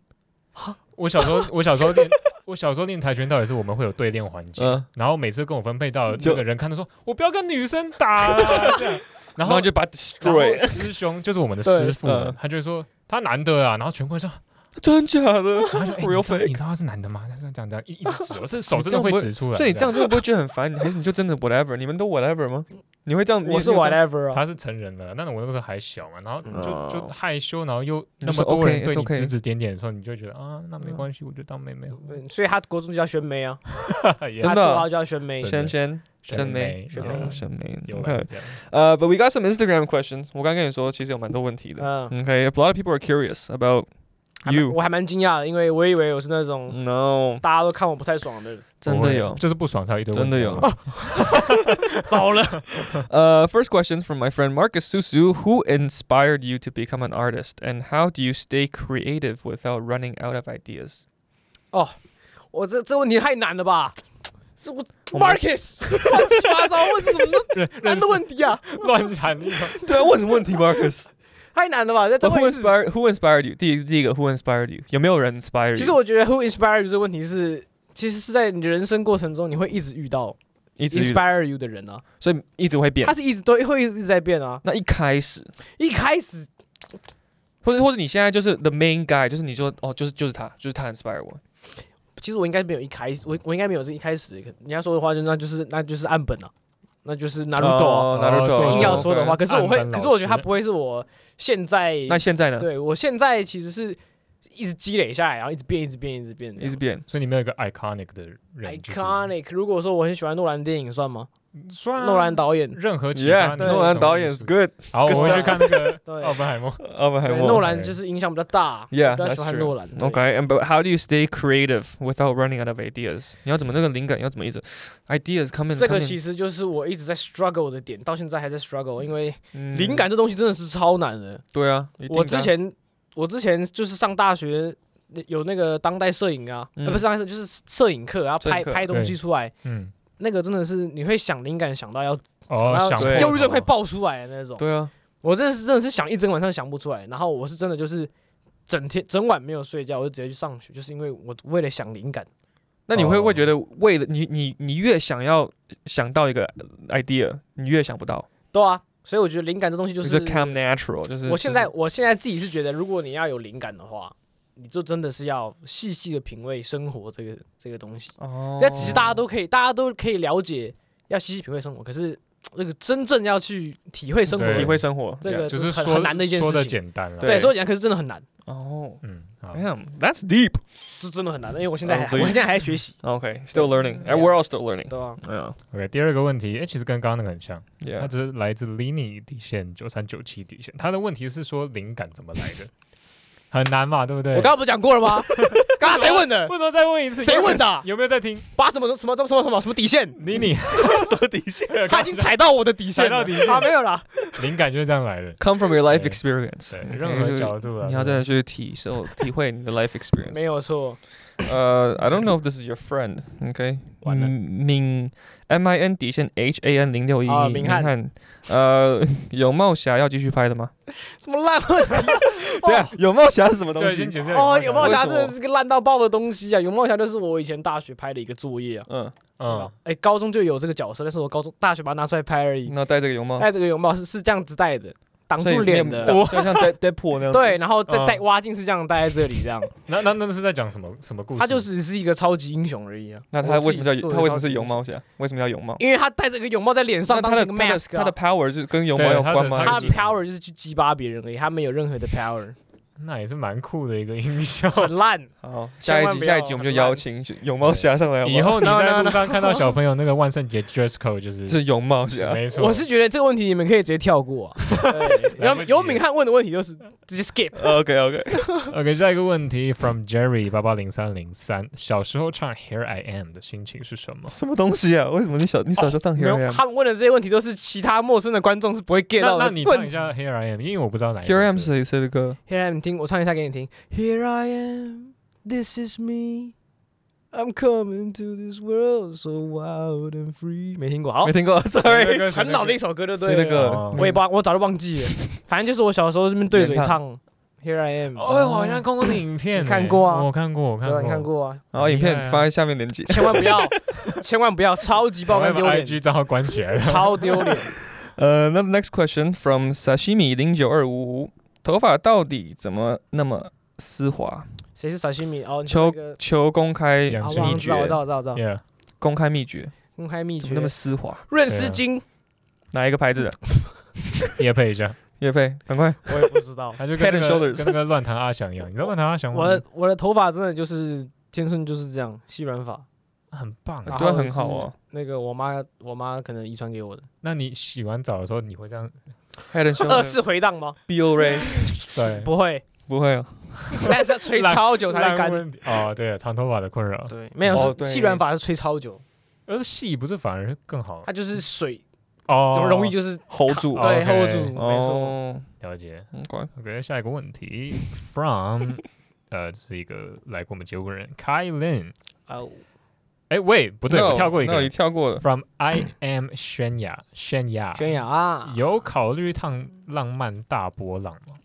Speaker 4: 我小时候，我小时候练，我小时候练跆拳道也是，我们会有对练环节，
Speaker 1: 嗯，
Speaker 4: 然后每次跟我分配到
Speaker 1: 就
Speaker 4: 那个人看，他说我不要跟女生打啊， 这样，然
Speaker 1: 然
Speaker 4: 后
Speaker 1: 后就把
Speaker 4: 然后
Speaker 1: destroy，
Speaker 4: 师兄就是我们的
Speaker 2: 对
Speaker 4: 师傅们
Speaker 1: 嗯，
Speaker 4: 他就会说他男的啊，然后 全部人说。
Speaker 1: 真假的
Speaker 4: 然后就、欸、
Speaker 1: real
Speaker 4: 你知道
Speaker 1: fake
Speaker 4: 你。知道他是男的吗？他是这样这样一一直指，我是手
Speaker 1: 你
Speaker 4: 真
Speaker 1: 这样
Speaker 4: 的会
Speaker 1: 不会
Speaker 4: 指出来。
Speaker 1: 所以你这样就不会觉得很烦，还是你就真的 whatever？你们都 whatever 吗？你会这样？你
Speaker 2: 我是
Speaker 1: 你会这样
Speaker 2: whatever 啊，
Speaker 4: 他是成人了，但是我那个时候还小嘛，然后就就
Speaker 1: 哦
Speaker 4: 害羞，然后又
Speaker 1: 你
Speaker 4: 那
Speaker 1: 说
Speaker 4: 么多
Speaker 1: OK，
Speaker 4: 人对
Speaker 1: it's 嗯
Speaker 4: 你
Speaker 1: OK
Speaker 4: 指指点点的时候，你就觉得啊，那没关系，我就当妹妹好了。
Speaker 2: 对所以他国中就叫宣梅啊，
Speaker 4: 也
Speaker 1: 真
Speaker 2: 他
Speaker 1: 的
Speaker 2: 绰号叫宣梅
Speaker 4: 对。
Speaker 1: 轩轩
Speaker 4: 选
Speaker 1: 轩
Speaker 4: 美
Speaker 1: 梅
Speaker 4: 选
Speaker 2: 美
Speaker 1: 哦轩梅
Speaker 4: 有来
Speaker 1: OK
Speaker 4: 是。这样。
Speaker 1: 呃，but we got some Instagram questions。我刚跟你说，其实有蛮多问题的。
Speaker 2: 嗯，
Speaker 1: Okay, if a lot of people are curious about
Speaker 2: 还蛮
Speaker 1: you.
Speaker 2: 我还蛮惊讶的，因为我以为我是那种
Speaker 1: No，
Speaker 2: 大家都看我不太 爽的人。
Speaker 1: 真的有。
Speaker 4: 就是不爽才有一堆
Speaker 1: 真的
Speaker 4: 问题
Speaker 1: 有
Speaker 4: 嘛
Speaker 1: Uh, first question from my friend Marcus Susu. Who inspired you to become an artist, and how do you stay creative without running out of ideas?
Speaker 2: 我这这问题太难了吧？这我
Speaker 1: 我们
Speaker 2: Marcus 乱七八糟 问什么难的问题啊？
Speaker 4: 乱喊一通，
Speaker 1: 对啊，问什么问题 ，Marcus？
Speaker 2: 太难了吧？再再
Speaker 1: Who
Speaker 2: 问一次。
Speaker 1: inspired Who inspired you？第一-第一个 Who inspired you？有没有人 inspired
Speaker 2: 其实我觉得 who inspire you 这个问题是，其实是在你人生过程中你会一直遇到 inspire you 的人啊，
Speaker 1: 所以一直会变。
Speaker 2: 他是一直都会一直在变啊。
Speaker 1: 那一开始，
Speaker 2: 一开始
Speaker 1: 或者或者你现在就是 the main guy，就是你说哦，就是就是他，就是他 inspire 我。
Speaker 2: 其实我应该没有一开始，我我应该没有这一开始，可人家说的话就那就是那就是按本啊，那就是拿 a r u
Speaker 1: 哦
Speaker 4: 拿
Speaker 1: Naruto，
Speaker 4: 哦
Speaker 2: 硬要说的话，
Speaker 1: OK
Speaker 2: 可是我会
Speaker 4: 按，本老
Speaker 2: 可
Speaker 4: 师
Speaker 2: 是我觉得他不会是我现在，
Speaker 1: 那现在呢？
Speaker 2: 对我现在其实是一直积累下来，然后一直变，一直变，一直变，
Speaker 1: 一直变。
Speaker 4: 所以你们有一个 iconic 的人就是
Speaker 2: iconic。如果说我很喜欢诺兰电影，算吗？
Speaker 4: 算啊
Speaker 2: 诺兰导演，
Speaker 4: 任何其他
Speaker 1: Yeah，
Speaker 4: 的
Speaker 1: 诺兰导演
Speaker 4: 什
Speaker 1: is
Speaker 4: 么
Speaker 1: good。
Speaker 4: 好，我
Speaker 2: good
Speaker 4: 回去看那 个
Speaker 2: 对
Speaker 4: 奥本海默。
Speaker 1: 奥本海
Speaker 2: 对
Speaker 1: 默。
Speaker 2: 诺兰就是影响比较大，
Speaker 1: Yeah，
Speaker 2: 我比较喜
Speaker 1: that's
Speaker 2: 欢
Speaker 1: true
Speaker 2: 诺兰。对
Speaker 1: Okay, and but how do you stay creative without running out of ideas? 你要怎么那个灵感要怎么一直 ideas come in？
Speaker 2: 这个
Speaker 1: come in，
Speaker 2: 其实就是我一直在 struggle 的点，到现在还在 struggle，因为
Speaker 1: 嗯
Speaker 2: 灵感这东西真的是超难的。
Speaker 1: 对啊，一定
Speaker 2: 我
Speaker 1: 的
Speaker 2: 之前我之前就是上大学有那个当代摄影啊，
Speaker 1: 嗯
Speaker 2: 呃不是当代摄影，就是摄影课，然后
Speaker 1: 摄影
Speaker 2: 拍
Speaker 1: 课
Speaker 2: 拍东西
Speaker 4: 对
Speaker 2: 出来，
Speaker 4: 嗯，
Speaker 2: 那个真的是你会想灵感想到要
Speaker 4: 哦，
Speaker 2: 想
Speaker 4: 想
Speaker 1: 对
Speaker 2: 忧郁症
Speaker 4: 会
Speaker 2: 快爆出来的那种。
Speaker 1: 对啊，
Speaker 2: 我真的是真的是想一整晚上想不出来，然后我是真的就是整天整晚没有睡觉，我就直接去上学，就是因为我为了想灵感。
Speaker 1: 那你会不会
Speaker 4: 哦
Speaker 1: 觉得为了你你你越想要想到一个 idea，你越想不到，
Speaker 2: 对啊，所以我觉得灵感这东西就
Speaker 1: 就是是 come natural，就是
Speaker 2: 我现在我现在自己是觉得，如果你要有灵感的话，你就真的是要细细的品味生活这个这个东西。
Speaker 1: 哦，
Speaker 2: 那其实大家都可以，大家都可以了解，要细细品味生活。可是那个真正要去体会生活
Speaker 4: 对，
Speaker 1: 体会生活，
Speaker 2: 这
Speaker 1: yeah
Speaker 2: 个
Speaker 4: 就是
Speaker 2: 很
Speaker 4: 说
Speaker 2: 很难的一件
Speaker 4: 说
Speaker 2: 事
Speaker 4: 的
Speaker 2: 情。
Speaker 4: 简单了。
Speaker 1: 对
Speaker 2: 对，所以讲，可是真的很难，
Speaker 1: 哦
Speaker 4: 嗯，好
Speaker 1: ，damn，that's deep。
Speaker 2: 是真的很难的，因为我现
Speaker 4: 哦
Speaker 2: 在还
Speaker 1: Lovely
Speaker 2: 我现在还在学习，
Speaker 1: Okay，still learning，
Speaker 2: Yeah
Speaker 1: and we're all still learning。
Speaker 2: 对吧？
Speaker 1: Yeah,
Speaker 4: OK，第二个问题，哎，其实跟刚刚那个很像，它
Speaker 1: yeah。
Speaker 4: 只是来自 Lini 底线九三九七底线。他的问题是说灵感怎么来的， 很难嘛，对不对？
Speaker 2: 我刚刚不是讲过了 吗？刚刚谁问的？
Speaker 4: 为什么再问一次？
Speaker 2: 谁问的啊
Speaker 4: 有没有在听
Speaker 2: 把什么什么什么什么什么什么底线？
Speaker 4: ？Lini 什么底线？
Speaker 2: 他已经踩到我的底线
Speaker 4: 踩到
Speaker 2: 了，
Speaker 4: 底线
Speaker 2: 啊，没有啦。
Speaker 4: 灵感就是这样来的。
Speaker 1: Come from your life
Speaker 4: 对
Speaker 1: experience，
Speaker 4: 对，
Speaker 1: okay，
Speaker 4: 任何角度啊，
Speaker 1: 你要真的去体受、体会你的 life experience。
Speaker 2: 没有错，
Speaker 1: 呃，I don't know if this is your friend. OK，
Speaker 4: 完了
Speaker 1: 嗯敏 M I N 底线 H A N 零六一
Speaker 2: 啊
Speaker 1: 一
Speaker 2: 明翰
Speaker 1: 翰。呃， 有冒霞要继续拍的吗？
Speaker 2: 什么烂问题？
Speaker 1: 对啊，有冒霞是什么
Speaker 4: 对，已经解释了
Speaker 2: 哦，有
Speaker 1: 冒啊
Speaker 2: 帽
Speaker 1: 为
Speaker 2: 侠
Speaker 1: 什
Speaker 2: 真
Speaker 1: 么
Speaker 2: 的是个烂到爆的东西啊！有帽侠就是我以前大学拍的一个作业啊，
Speaker 1: 嗯，
Speaker 4: 嗯，
Speaker 2: 哎、高中就有这个角色，但是我高中大学把它拿出来拍而已。
Speaker 1: 那戴这个有帽，
Speaker 2: 戴这个泳帽是是这样子戴的，哎挡
Speaker 1: 所以
Speaker 2: 住脸
Speaker 1: 面
Speaker 2: 的，
Speaker 1: 挡就 像 Dead Deadpool 那样。
Speaker 2: 对，，然后再戴
Speaker 4: 嗯
Speaker 2: 挖镜是这样戴在这里， 这样，
Speaker 4: 那那那是在讲什么什么故事？
Speaker 2: 他就只是一个超级英雄而已啊。
Speaker 1: 那他
Speaker 2: 我
Speaker 1: 为
Speaker 2: 自
Speaker 1: 什
Speaker 2: 己
Speaker 1: 么叫
Speaker 2: 做的
Speaker 1: 他为什
Speaker 2: 超
Speaker 1: 么
Speaker 2: 级
Speaker 1: 是
Speaker 2: 英
Speaker 1: 有
Speaker 2: 雄？
Speaker 1: 冒霞？为什么要有帽？
Speaker 2: 因为他戴这个泳帽在脸上
Speaker 1: 那
Speaker 2: 当
Speaker 1: 他
Speaker 2: 成
Speaker 1: 的
Speaker 2: 一
Speaker 1: 他
Speaker 2: 个
Speaker 1: 的
Speaker 2: mask，
Speaker 1: 他
Speaker 2: 啊
Speaker 1: 的 power 就是跟有帽
Speaker 4: 对
Speaker 1: 有
Speaker 4: 他的
Speaker 1: 关吗？
Speaker 4: 他
Speaker 2: 他
Speaker 1: 还
Speaker 2: 的
Speaker 1: 是
Speaker 2: power 就是去击巴别人而已，他没有任何的 power，
Speaker 4: 那也是蛮酷的一个 音效。
Speaker 2: 很烂。
Speaker 1: 好，
Speaker 2: 千
Speaker 1: 下一
Speaker 2: 万
Speaker 1: 集
Speaker 2: 不
Speaker 1: 下一
Speaker 2: 要
Speaker 1: 集我们就
Speaker 2: 很
Speaker 1: 邀
Speaker 2: 烂
Speaker 1: 请有帽侠上来
Speaker 2: 哎
Speaker 1: 好不好。
Speaker 4: 以后你
Speaker 2: No, no,
Speaker 4: 在
Speaker 2: no.
Speaker 4: 路上看 到小朋友那个万圣节 dress code 就是
Speaker 1: 是有帽
Speaker 2: 啊
Speaker 1: 侠。
Speaker 4: 没错，
Speaker 2: 我是觉得这个问题你们可以直接跳过啊。对
Speaker 4: 来不
Speaker 2: 有
Speaker 4: 及
Speaker 2: 有啊敏汉问的问题就是直接 skip。
Speaker 1: OK OK，
Speaker 4: OK，下一个问题 from Jerry 八八零三零三，小时候唱 Here I Am 的心情是什么？
Speaker 1: 什么东西啊？为什么你小你小时候上
Speaker 2: 没
Speaker 1: Here I
Speaker 2: 有，
Speaker 1: Am？
Speaker 2: 他们问的这些问题都是其他陌生的观众是不会 get
Speaker 4: 那
Speaker 2: 到的。
Speaker 4: 那你唱一下 Here I Am，因为我不知道哪一
Speaker 1: Here I Am
Speaker 4: 首歌
Speaker 1: 谁谁的歌？
Speaker 2: Here I am，听我唱一下给你听。Here I am, this is me. I'm coming to this world so wild and free。没听过，好
Speaker 1: 没，听过，Sorry。
Speaker 4: 歌
Speaker 2: 很老的一首歌，对啊不
Speaker 1: 谁
Speaker 2: 对？
Speaker 1: 的歌嗯
Speaker 4: 哦？
Speaker 2: 我也不，我早就忘记了。反正就是我小时候这边对嘴
Speaker 1: 演唱
Speaker 2: 唱 Here I am。
Speaker 4: 哦，我好像看过那影片欸，
Speaker 2: 你看过啊
Speaker 4: 我看过，我看
Speaker 2: 对啊，
Speaker 4: 过，
Speaker 2: 你看。过啊？
Speaker 1: 然后影片
Speaker 4: 很厉害啊
Speaker 1: 放在下面连接。
Speaker 2: 千万不要， 千万不要，超级爆
Speaker 4: 我
Speaker 2: 肝
Speaker 4: 要
Speaker 2: 丢
Speaker 4: 把
Speaker 2: 脸，
Speaker 4: IG 账号关 起来了。
Speaker 2: 超丢脸。
Speaker 1: 呃，那 next question from sashimi 零九二五五，头发到底怎么那么丝滑？
Speaker 2: 谁是小西米？哦，你
Speaker 1: 秋
Speaker 2: 说那个
Speaker 1: 求公开
Speaker 4: 养
Speaker 2: 好
Speaker 4: 成
Speaker 2: 吧
Speaker 1: 秘
Speaker 2: 我知道，我
Speaker 1: 诀
Speaker 2: 知，道，我知道，我知道。
Speaker 4: Yeah，
Speaker 1: 公开秘诀，
Speaker 2: 公开秘
Speaker 1: 怎
Speaker 2: 诀
Speaker 1: 么那，么丝滑？
Speaker 2: 润
Speaker 4: 对
Speaker 2: 丝
Speaker 4: 啊
Speaker 2: 巾
Speaker 1: 哪一个牌子的？
Speaker 4: 也配一下，
Speaker 1: 叶佩，赶 快！
Speaker 2: 我也不知道。
Speaker 4: 他就跟那
Speaker 1: Head and
Speaker 4: 个
Speaker 1: shoulders
Speaker 4: 跟那个乱弹阿翔一样，你知道乱弹阿翔吗？
Speaker 2: 我的我的头发真的就是天生就是这样细软发，
Speaker 4: 很棒啊！
Speaker 2: 然
Speaker 1: 对啊，
Speaker 2: 后
Speaker 1: 很好
Speaker 2: 是
Speaker 1: 哦。
Speaker 2: 那个我妈我妈可能遗传给我的。
Speaker 4: 那你洗完澡的时候，你会这样
Speaker 1: Head and
Speaker 2: 二
Speaker 1: Shoulders
Speaker 2: 次回荡吗？
Speaker 1: B O Ray
Speaker 4: 对？
Speaker 2: 不会，
Speaker 1: 不会啊？
Speaker 2: 但 是要吹
Speaker 4: 烂
Speaker 2: 超久才会
Speaker 4: 烂
Speaker 2: 干。
Speaker 4: 问题哦，对，长头发的困扰。
Speaker 2: 对，没有
Speaker 1: 哦
Speaker 2: 是
Speaker 1: 对
Speaker 2: 细软发是吹超久，
Speaker 4: 而细不是反而更好
Speaker 2: 它就是水，
Speaker 4: 哦
Speaker 2: 怎么容易就是
Speaker 1: ，hold 住
Speaker 4: 啊
Speaker 2: 对
Speaker 4: OK
Speaker 2: hold 住，没错。
Speaker 1: 哦。
Speaker 4: 了解。
Speaker 1: 嗯，乖，
Speaker 4: OK，下一个问题 ，from 呃，这是一个来过我们节目的人 Kai Lin。
Speaker 2: 哦，
Speaker 4: 哎，喂，不对，我
Speaker 1: No，
Speaker 4: 跳过一
Speaker 1: no，
Speaker 4: 个
Speaker 1: 你跳过了。
Speaker 4: from I am 泫雅，泫雅，
Speaker 2: 宣雅啊，
Speaker 4: 有考虑趟浪漫大波浪吗？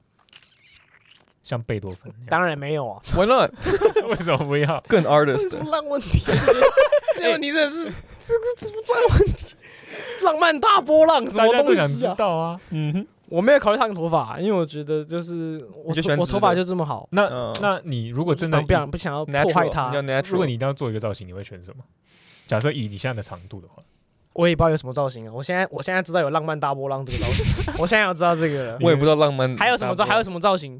Speaker 4: 像贝多芬那样，
Speaker 2: 当然没有啊，
Speaker 1: Why not？
Speaker 4: 为什么不要？
Speaker 1: 更
Speaker 2: 为什
Speaker 1: artist，
Speaker 2: 么烂问题？这些问题真的是这个这不烂问题， 浪漫大波浪什
Speaker 4: 大
Speaker 2: 么
Speaker 4: 家都
Speaker 2: 东
Speaker 4: 想
Speaker 2: 西
Speaker 4: 知
Speaker 2: 啊？
Speaker 4: 道啊。
Speaker 1: 嗯哼，
Speaker 2: 我没有考虑烫头发，因为我觉得就是
Speaker 1: 你
Speaker 2: 我
Speaker 1: 就
Speaker 2: 头
Speaker 1: 喜欢
Speaker 2: 我
Speaker 1: 直
Speaker 2: 头发
Speaker 1: 的
Speaker 2: 就这么好，
Speaker 4: 那、
Speaker 1: 嗯
Speaker 4: 那你如果真的
Speaker 2: 不想不想要破
Speaker 1: natural，
Speaker 2: 坏
Speaker 1: 你
Speaker 2: 它
Speaker 1: 叫，
Speaker 4: 如果
Speaker 1: natural，
Speaker 4: 你一定要做一个造型，你会选什么？假设以你现在的长度的话，
Speaker 2: 我也不知道有什么造型啊。我现在我现在知道有浪漫大波浪这个造型， 我现在要知道这个了。
Speaker 1: 我也不知道嗯浪漫。
Speaker 2: 还有什么造还有什么造型？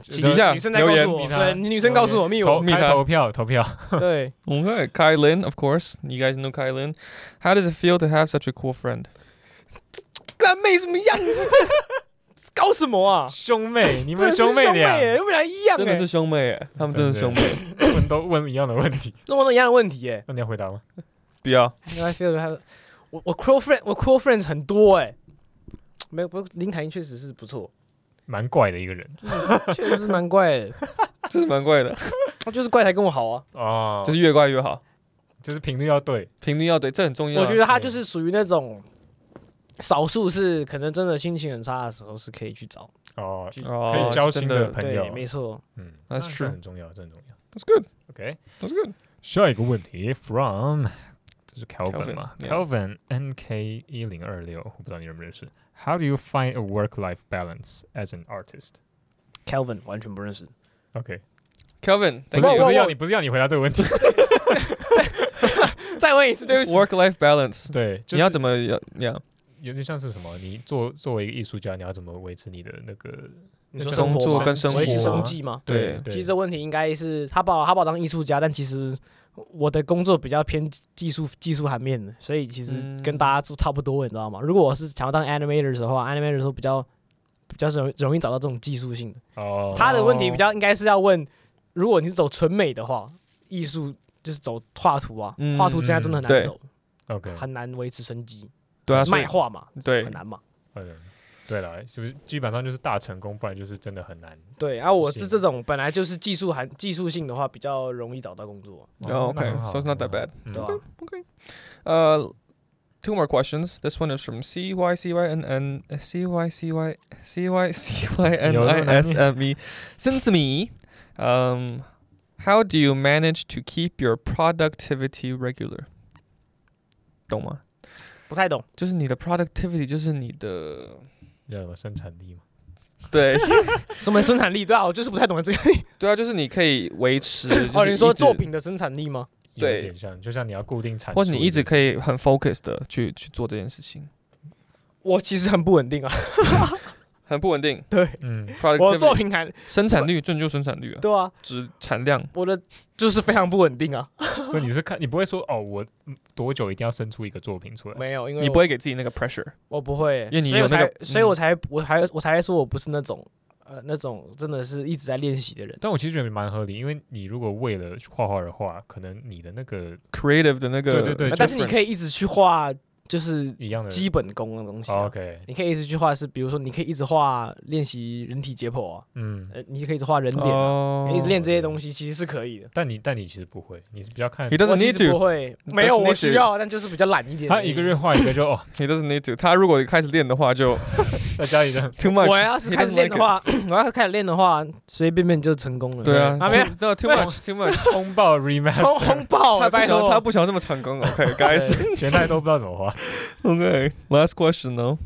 Speaker 1: 请底下
Speaker 2: 女生在告
Speaker 1: 留言
Speaker 2: 诉我，
Speaker 4: 密他
Speaker 2: 对，女生告诉我，密
Speaker 4: 投
Speaker 2: 我，
Speaker 1: 密
Speaker 4: 开
Speaker 1: 他
Speaker 4: 投票投票，
Speaker 2: 对，
Speaker 1: Okay, Kai Lin, of course. You guys know Kai Lin. How does it feel to have such a cool friend?
Speaker 2: 干妹什么样子？搞什么啊？
Speaker 4: 兄妹，你
Speaker 2: 你
Speaker 4: 们兄妹俩，
Speaker 2: 耶，又不然一样
Speaker 1: 真的是
Speaker 2: 哎，
Speaker 1: 兄妹 耶，他们真的是兄妹。
Speaker 4: 问都问一样的问题，
Speaker 2: 这么多一样的问题哎。
Speaker 4: 那你要回答吗？
Speaker 1: 不要，
Speaker 2: I feel 还有我我 cool friend 我 cool friends 很多哎，没有不林凯英确实是不错，
Speaker 4: 蛮怪的一个人
Speaker 2: 确实是蛮怪的，
Speaker 1: 这是蛮怪的，
Speaker 2: 他就是怪才跟我好啊。
Speaker 4: 哦，
Speaker 1: 就
Speaker 4: 就是
Speaker 1: 是越怪越好，
Speaker 4: 就是频率要对，
Speaker 1: 频率要对，这很重要啊。
Speaker 2: 我觉得他就是属于那种少数是可能真的心情很差的时候是可以去找，
Speaker 4: 哦，
Speaker 1: 哦
Speaker 4: 可以交
Speaker 1: 真
Speaker 4: 心
Speaker 1: 的
Speaker 4: 朋友
Speaker 2: 对，，没错。
Speaker 4: 嗯，
Speaker 1: That's
Speaker 4: 那这
Speaker 1: true
Speaker 4: 很重要，这很重要。
Speaker 1: That's good.
Speaker 4: OK，
Speaker 1: That's good.
Speaker 4: 下一个问题 from 这是 Kelvin
Speaker 1: Kelvin，
Speaker 4: 嘛
Speaker 1: yeah
Speaker 4: ？Kelvin NK 一零二六，我不知道你认不认识。How do you find a work-life balance as an artist？
Speaker 2: Kelvin 完全不认识，
Speaker 4: OK，
Speaker 1: Kelvin, thank
Speaker 4: 不是啊
Speaker 1: you.
Speaker 4: 不是要你不是要你回答这个 问题，
Speaker 2: 再问一次，对不起。
Speaker 1: Work-life balance，
Speaker 4: 对，就是
Speaker 1: 你要怎么要呀？
Speaker 4: 有点像是什么？你作作为一个艺术家，你要怎么维持你的那个
Speaker 2: 你说
Speaker 4: 工
Speaker 2: 生活
Speaker 1: 作
Speaker 2: 吗
Speaker 1: 跟生
Speaker 2: 维持
Speaker 4: 活
Speaker 2: 生
Speaker 4: 啊
Speaker 2: 计吗？
Speaker 1: 对
Speaker 4: 对
Speaker 2: 其实这问题应该是他把我他把我当艺术家，但其实我的工作比较偏技术技术含面的，所以其实跟
Speaker 1: 嗯
Speaker 2: 大家都差不多，你知道吗？如果我是想要当 animator 的话，animator 的时候比较比较容易容易找到这种技术性的。
Speaker 4: 哦，
Speaker 2: 他的问题比较应该是要问，如果你是走纯美的话，艺术就是走画图啊，
Speaker 1: 嗯
Speaker 2: 画图现在真的很
Speaker 1: 对
Speaker 2: 难走，
Speaker 4: OK，
Speaker 2: 很难维持生机，
Speaker 1: 对啊，
Speaker 2: 就是
Speaker 1: 所以
Speaker 2: 卖画嘛，
Speaker 1: 对
Speaker 2: 很，难嘛。
Speaker 4: 嗯，对了，是不是基本上就是大成功，不然就是真的很难。
Speaker 2: 对，而、啊、我是
Speaker 4: 是
Speaker 2: 这种本来就是技术含技术性的话，比较容易找到工作，
Speaker 1: 哦
Speaker 4: 那很好
Speaker 1: OK，so it's not that
Speaker 4: 很好
Speaker 1: bad
Speaker 4: 嗯
Speaker 2: 对吧、
Speaker 1: Uh, two more questions. This one is from C Y C Y N N C Y C Y C Y C Y N I S M E. Since me, um, how do you manage to keep your productivity regular? 懂吗？
Speaker 2: 不太懂。
Speaker 1: 就是你的 productivity，就是你 的
Speaker 4: 叫什么啊生产力嘛？
Speaker 1: 对
Speaker 2: 什么生产力？对啊，我就是不太懂这个。
Speaker 1: 对啊， 就是你可以维持。就
Speaker 2: 哦，
Speaker 1: 是
Speaker 2: 你说
Speaker 1: 一直
Speaker 2: 作，品的生产力吗？
Speaker 4: 有
Speaker 1: 对
Speaker 4: 点像，就像你要固定产出，
Speaker 1: 或者你一直可以很 focus 的去去做这件事情，
Speaker 2: 我其实很不稳定啊。
Speaker 1: 很不稳定。
Speaker 4: 嗯，
Speaker 2: 我的
Speaker 1: productivity
Speaker 2: 作品还
Speaker 1: 生产率，这就生产率啊，
Speaker 2: 对啊，
Speaker 1: 只产量。
Speaker 2: 我的就是非常不稳定啊。
Speaker 4: 所以你是看你不会说哦，我嗯多久一定要生出一个作品出来？
Speaker 2: 没有，因为
Speaker 1: 你
Speaker 2: 我
Speaker 1: 不会给自己那个 pressure。
Speaker 2: 我不会，
Speaker 1: 因为你
Speaker 2: 所以
Speaker 1: 有
Speaker 2: 我
Speaker 1: 那
Speaker 2: 才，
Speaker 1: 个嗯
Speaker 2: 所以我才，我还，我才说我不是那种，呃，那种真的是一直在练习的人。
Speaker 4: 但我其实觉得蛮合理，因为你如果为了画画的话，可能你的那个
Speaker 1: creative 的那个，
Speaker 4: 对对对
Speaker 2: 呃但是你可
Speaker 1: 以，
Speaker 2: 以一直去画，就是
Speaker 4: 一样的
Speaker 2: 基本功的东西、
Speaker 4: 哦
Speaker 2: 啊。
Speaker 4: OK，
Speaker 2: 你可以一直去画是，比如说你可以一直画练习人体解剖啊，
Speaker 4: 嗯，
Speaker 2: 呃，你可以一直画人脸啊、
Speaker 1: 哦
Speaker 2: 一直练这些东西其实是可以的。
Speaker 4: 但你但你其实不会，你是比较看
Speaker 1: He doesn't
Speaker 2: 我其
Speaker 1: need
Speaker 2: 实
Speaker 1: to.
Speaker 2: 不会，没有
Speaker 1: doesn't need
Speaker 2: 我需
Speaker 1: to
Speaker 2: 要，但就是比较懒一点而已。
Speaker 4: 他一个月画一个就哦，
Speaker 1: He doesn't need to. 他如果开始练的话， 就
Speaker 4: 在家里这样
Speaker 1: too
Speaker 2: 我
Speaker 1: much.
Speaker 2: 要是
Speaker 1: He
Speaker 2: 开始
Speaker 1: doesn't
Speaker 2: 练
Speaker 1: like
Speaker 2: 的话，我要是开始练的话，随随便便就成功了。
Speaker 1: 对啊，
Speaker 2: 啊没有
Speaker 1: too- no too much too much.
Speaker 4: 风暴
Speaker 2: 轰
Speaker 4: remaster，
Speaker 2: 轰爆
Speaker 1: 他
Speaker 2: 了，
Speaker 1: 不
Speaker 2: 拜
Speaker 1: 想
Speaker 2: 托
Speaker 1: 他不想这么成功。OK guys.
Speaker 4: 钱太多不知道怎么花。
Speaker 1: OK last question though.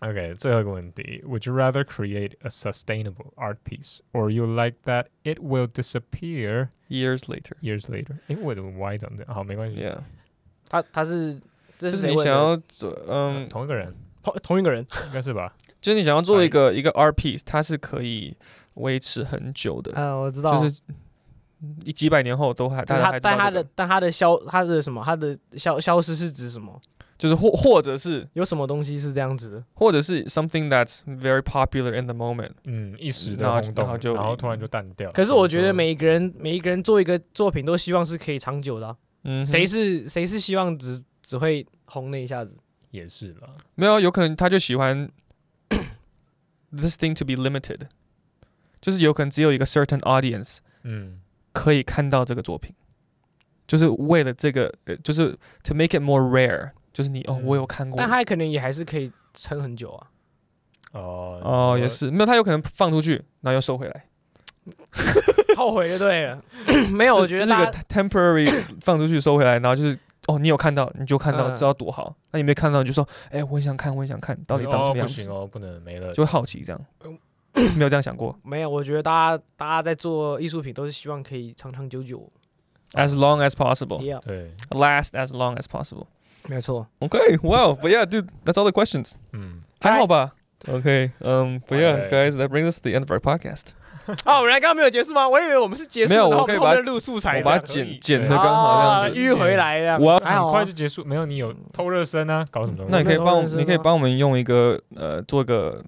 Speaker 4: Okay, 最后一个问题，Would you rather create a sustainable art piece, or you like that it will disappear
Speaker 1: Years later.
Speaker 4: years later？诶，我怎么歪讲的？好，没关系
Speaker 1: Yeah.
Speaker 2: 他他是
Speaker 1: 就
Speaker 2: 这
Speaker 1: 是是
Speaker 2: 谁
Speaker 1: 你
Speaker 2: 问
Speaker 1: 想
Speaker 2: 的？
Speaker 1: 要做
Speaker 4: 嗯，
Speaker 1: 嗯
Speaker 4: 同一个人，
Speaker 2: 同同一个人，
Speaker 4: 应该是吧？
Speaker 1: 就是你想要做一个一个 R piece，它是可以维持很久的，
Speaker 2: 嗯，我知道，
Speaker 1: 就是一几百年后都还
Speaker 2: 但
Speaker 1: 大
Speaker 2: 是
Speaker 1: 家还知道
Speaker 2: 他但他
Speaker 1: 这个
Speaker 2: 的但他的消他的什么他的消消失是指什么？
Speaker 1: 就是或或者是
Speaker 2: 有什么东西是这样子的？
Speaker 1: 或者是 something that's very popular in the moment。
Speaker 4: 嗯，一时
Speaker 1: 然
Speaker 4: 的
Speaker 1: 后
Speaker 4: 轰动，
Speaker 1: 然后就
Speaker 4: 突然就淡掉。
Speaker 2: 可是我觉得
Speaker 4: 没
Speaker 2: 每一个人每一个人做一个作品都希望是可以长久的啊、
Speaker 1: 嗯哼，
Speaker 2: 谁是谁是希望只只会红那一下子？
Speaker 4: 也是了，
Speaker 1: 没有啊？有可能他就喜欢 this thing to be limited，就是有可能只有一个 certain audience
Speaker 4: 嗯，
Speaker 1: 可以看到这个作品，就是为了这个，呃，就是 to make it more rare，就是你哦
Speaker 4: 嗯，
Speaker 1: 我有看过，
Speaker 2: 但他可能也还是可以撑很久啊。
Speaker 4: 哦
Speaker 1: 哦也，是没有，他有可能放出去，然后又收回来。
Speaker 2: 后悔就对了，没有，
Speaker 1: 就
Speaker 2: 我觉得
Speaker 1: 就是一
Speaker 2: 大
Speaker 1: 个
Speaker 2: 家
Speaker 1: temporary 放出去收回来，然后就是哦，你有看到你就看到，
Speaker 2: 嗯
Speaker 1: 知道多好。那你没看到你就说，哎，我很想看，我很想看，到底长什
Speaker 4: 哦
Speaker 1: 么样
Speaker 4: 不行
Speaker 1: 子，
Speaker 4: 哦，不能没了。
Speaker 1: 就会好奇这样
Speaker 2: 嗯。
Speaker 1: 没有这样想过。
Speaker 2: 没有，我觉得大家大家在做艺术品都是希望可以长长久久。
Speaker 1: As long as possible,
Speaker 2: Yeah，
Speaker 4: 对，
Speaker 1: last as long as possible.
Speaker 2: 没错。
Speaker 1: Okay, wow, but yeah, dude, that's all the questions.
Speaker 4: 嗯，
Speaker 1: 还好吧。Okay, um, but yeah, guys,
Speaker 4: Alright.
Speaker 1: that brings us to the end of our podcast.
Speaker 2: 哦，我们刚刚没有结束吗？我以为我们是结束，
Speaker 1: 没有
Speaker 2: 然后
Speaker 1: 我可以
Speaker 2: 们后
Speaker 1: 把
Speaker 2: 面录素
Speaker 1: 我
Speaker 2: 材的，
Speaker 1: 把它
Speaker 4: 可以
Speaker 1: 剪剪的
Speaker 4: 对
Speaker 1: 刚好这
Speaker 2: 哦
Speaker 1: 样子。
Speaker 2: 迂回来的。
Speaker 1: 我要
Speaker 2: 还好
Speaker 4: 哦
Speaker 2: 啊
Speaker 4: 很快就结束。没有，你有偷热身啊，搞什么东西？
Speaker 1: 那你可以
Speaker 2: 那
Speaker 1: 帮我
Speaker 2: 认识
Speaker 1: 你可以
Speaker 2: 吗
Speaker 1: 帮我们用一个呃，做个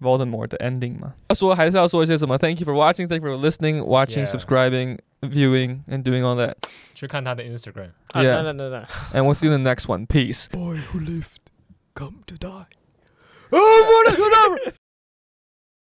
Speaker 1: Voldemort 的 ending 吗？要说还是要说一些什么？Thank you for watching, thank you for listening, watching,
Speaker 4: Yeah.
Speaker 1: subscribing, viewing, and doing all that.
Speaker 4: 去看他的 Instagram。
Speaker 2: 啊，
Speaker 1: Yeah.
Speaker 2: 等等等等，
Speaker 1: And we'll see you in the next one. Peace.
Speaker 5: Boy who lived, come to die. Oh, what a good number!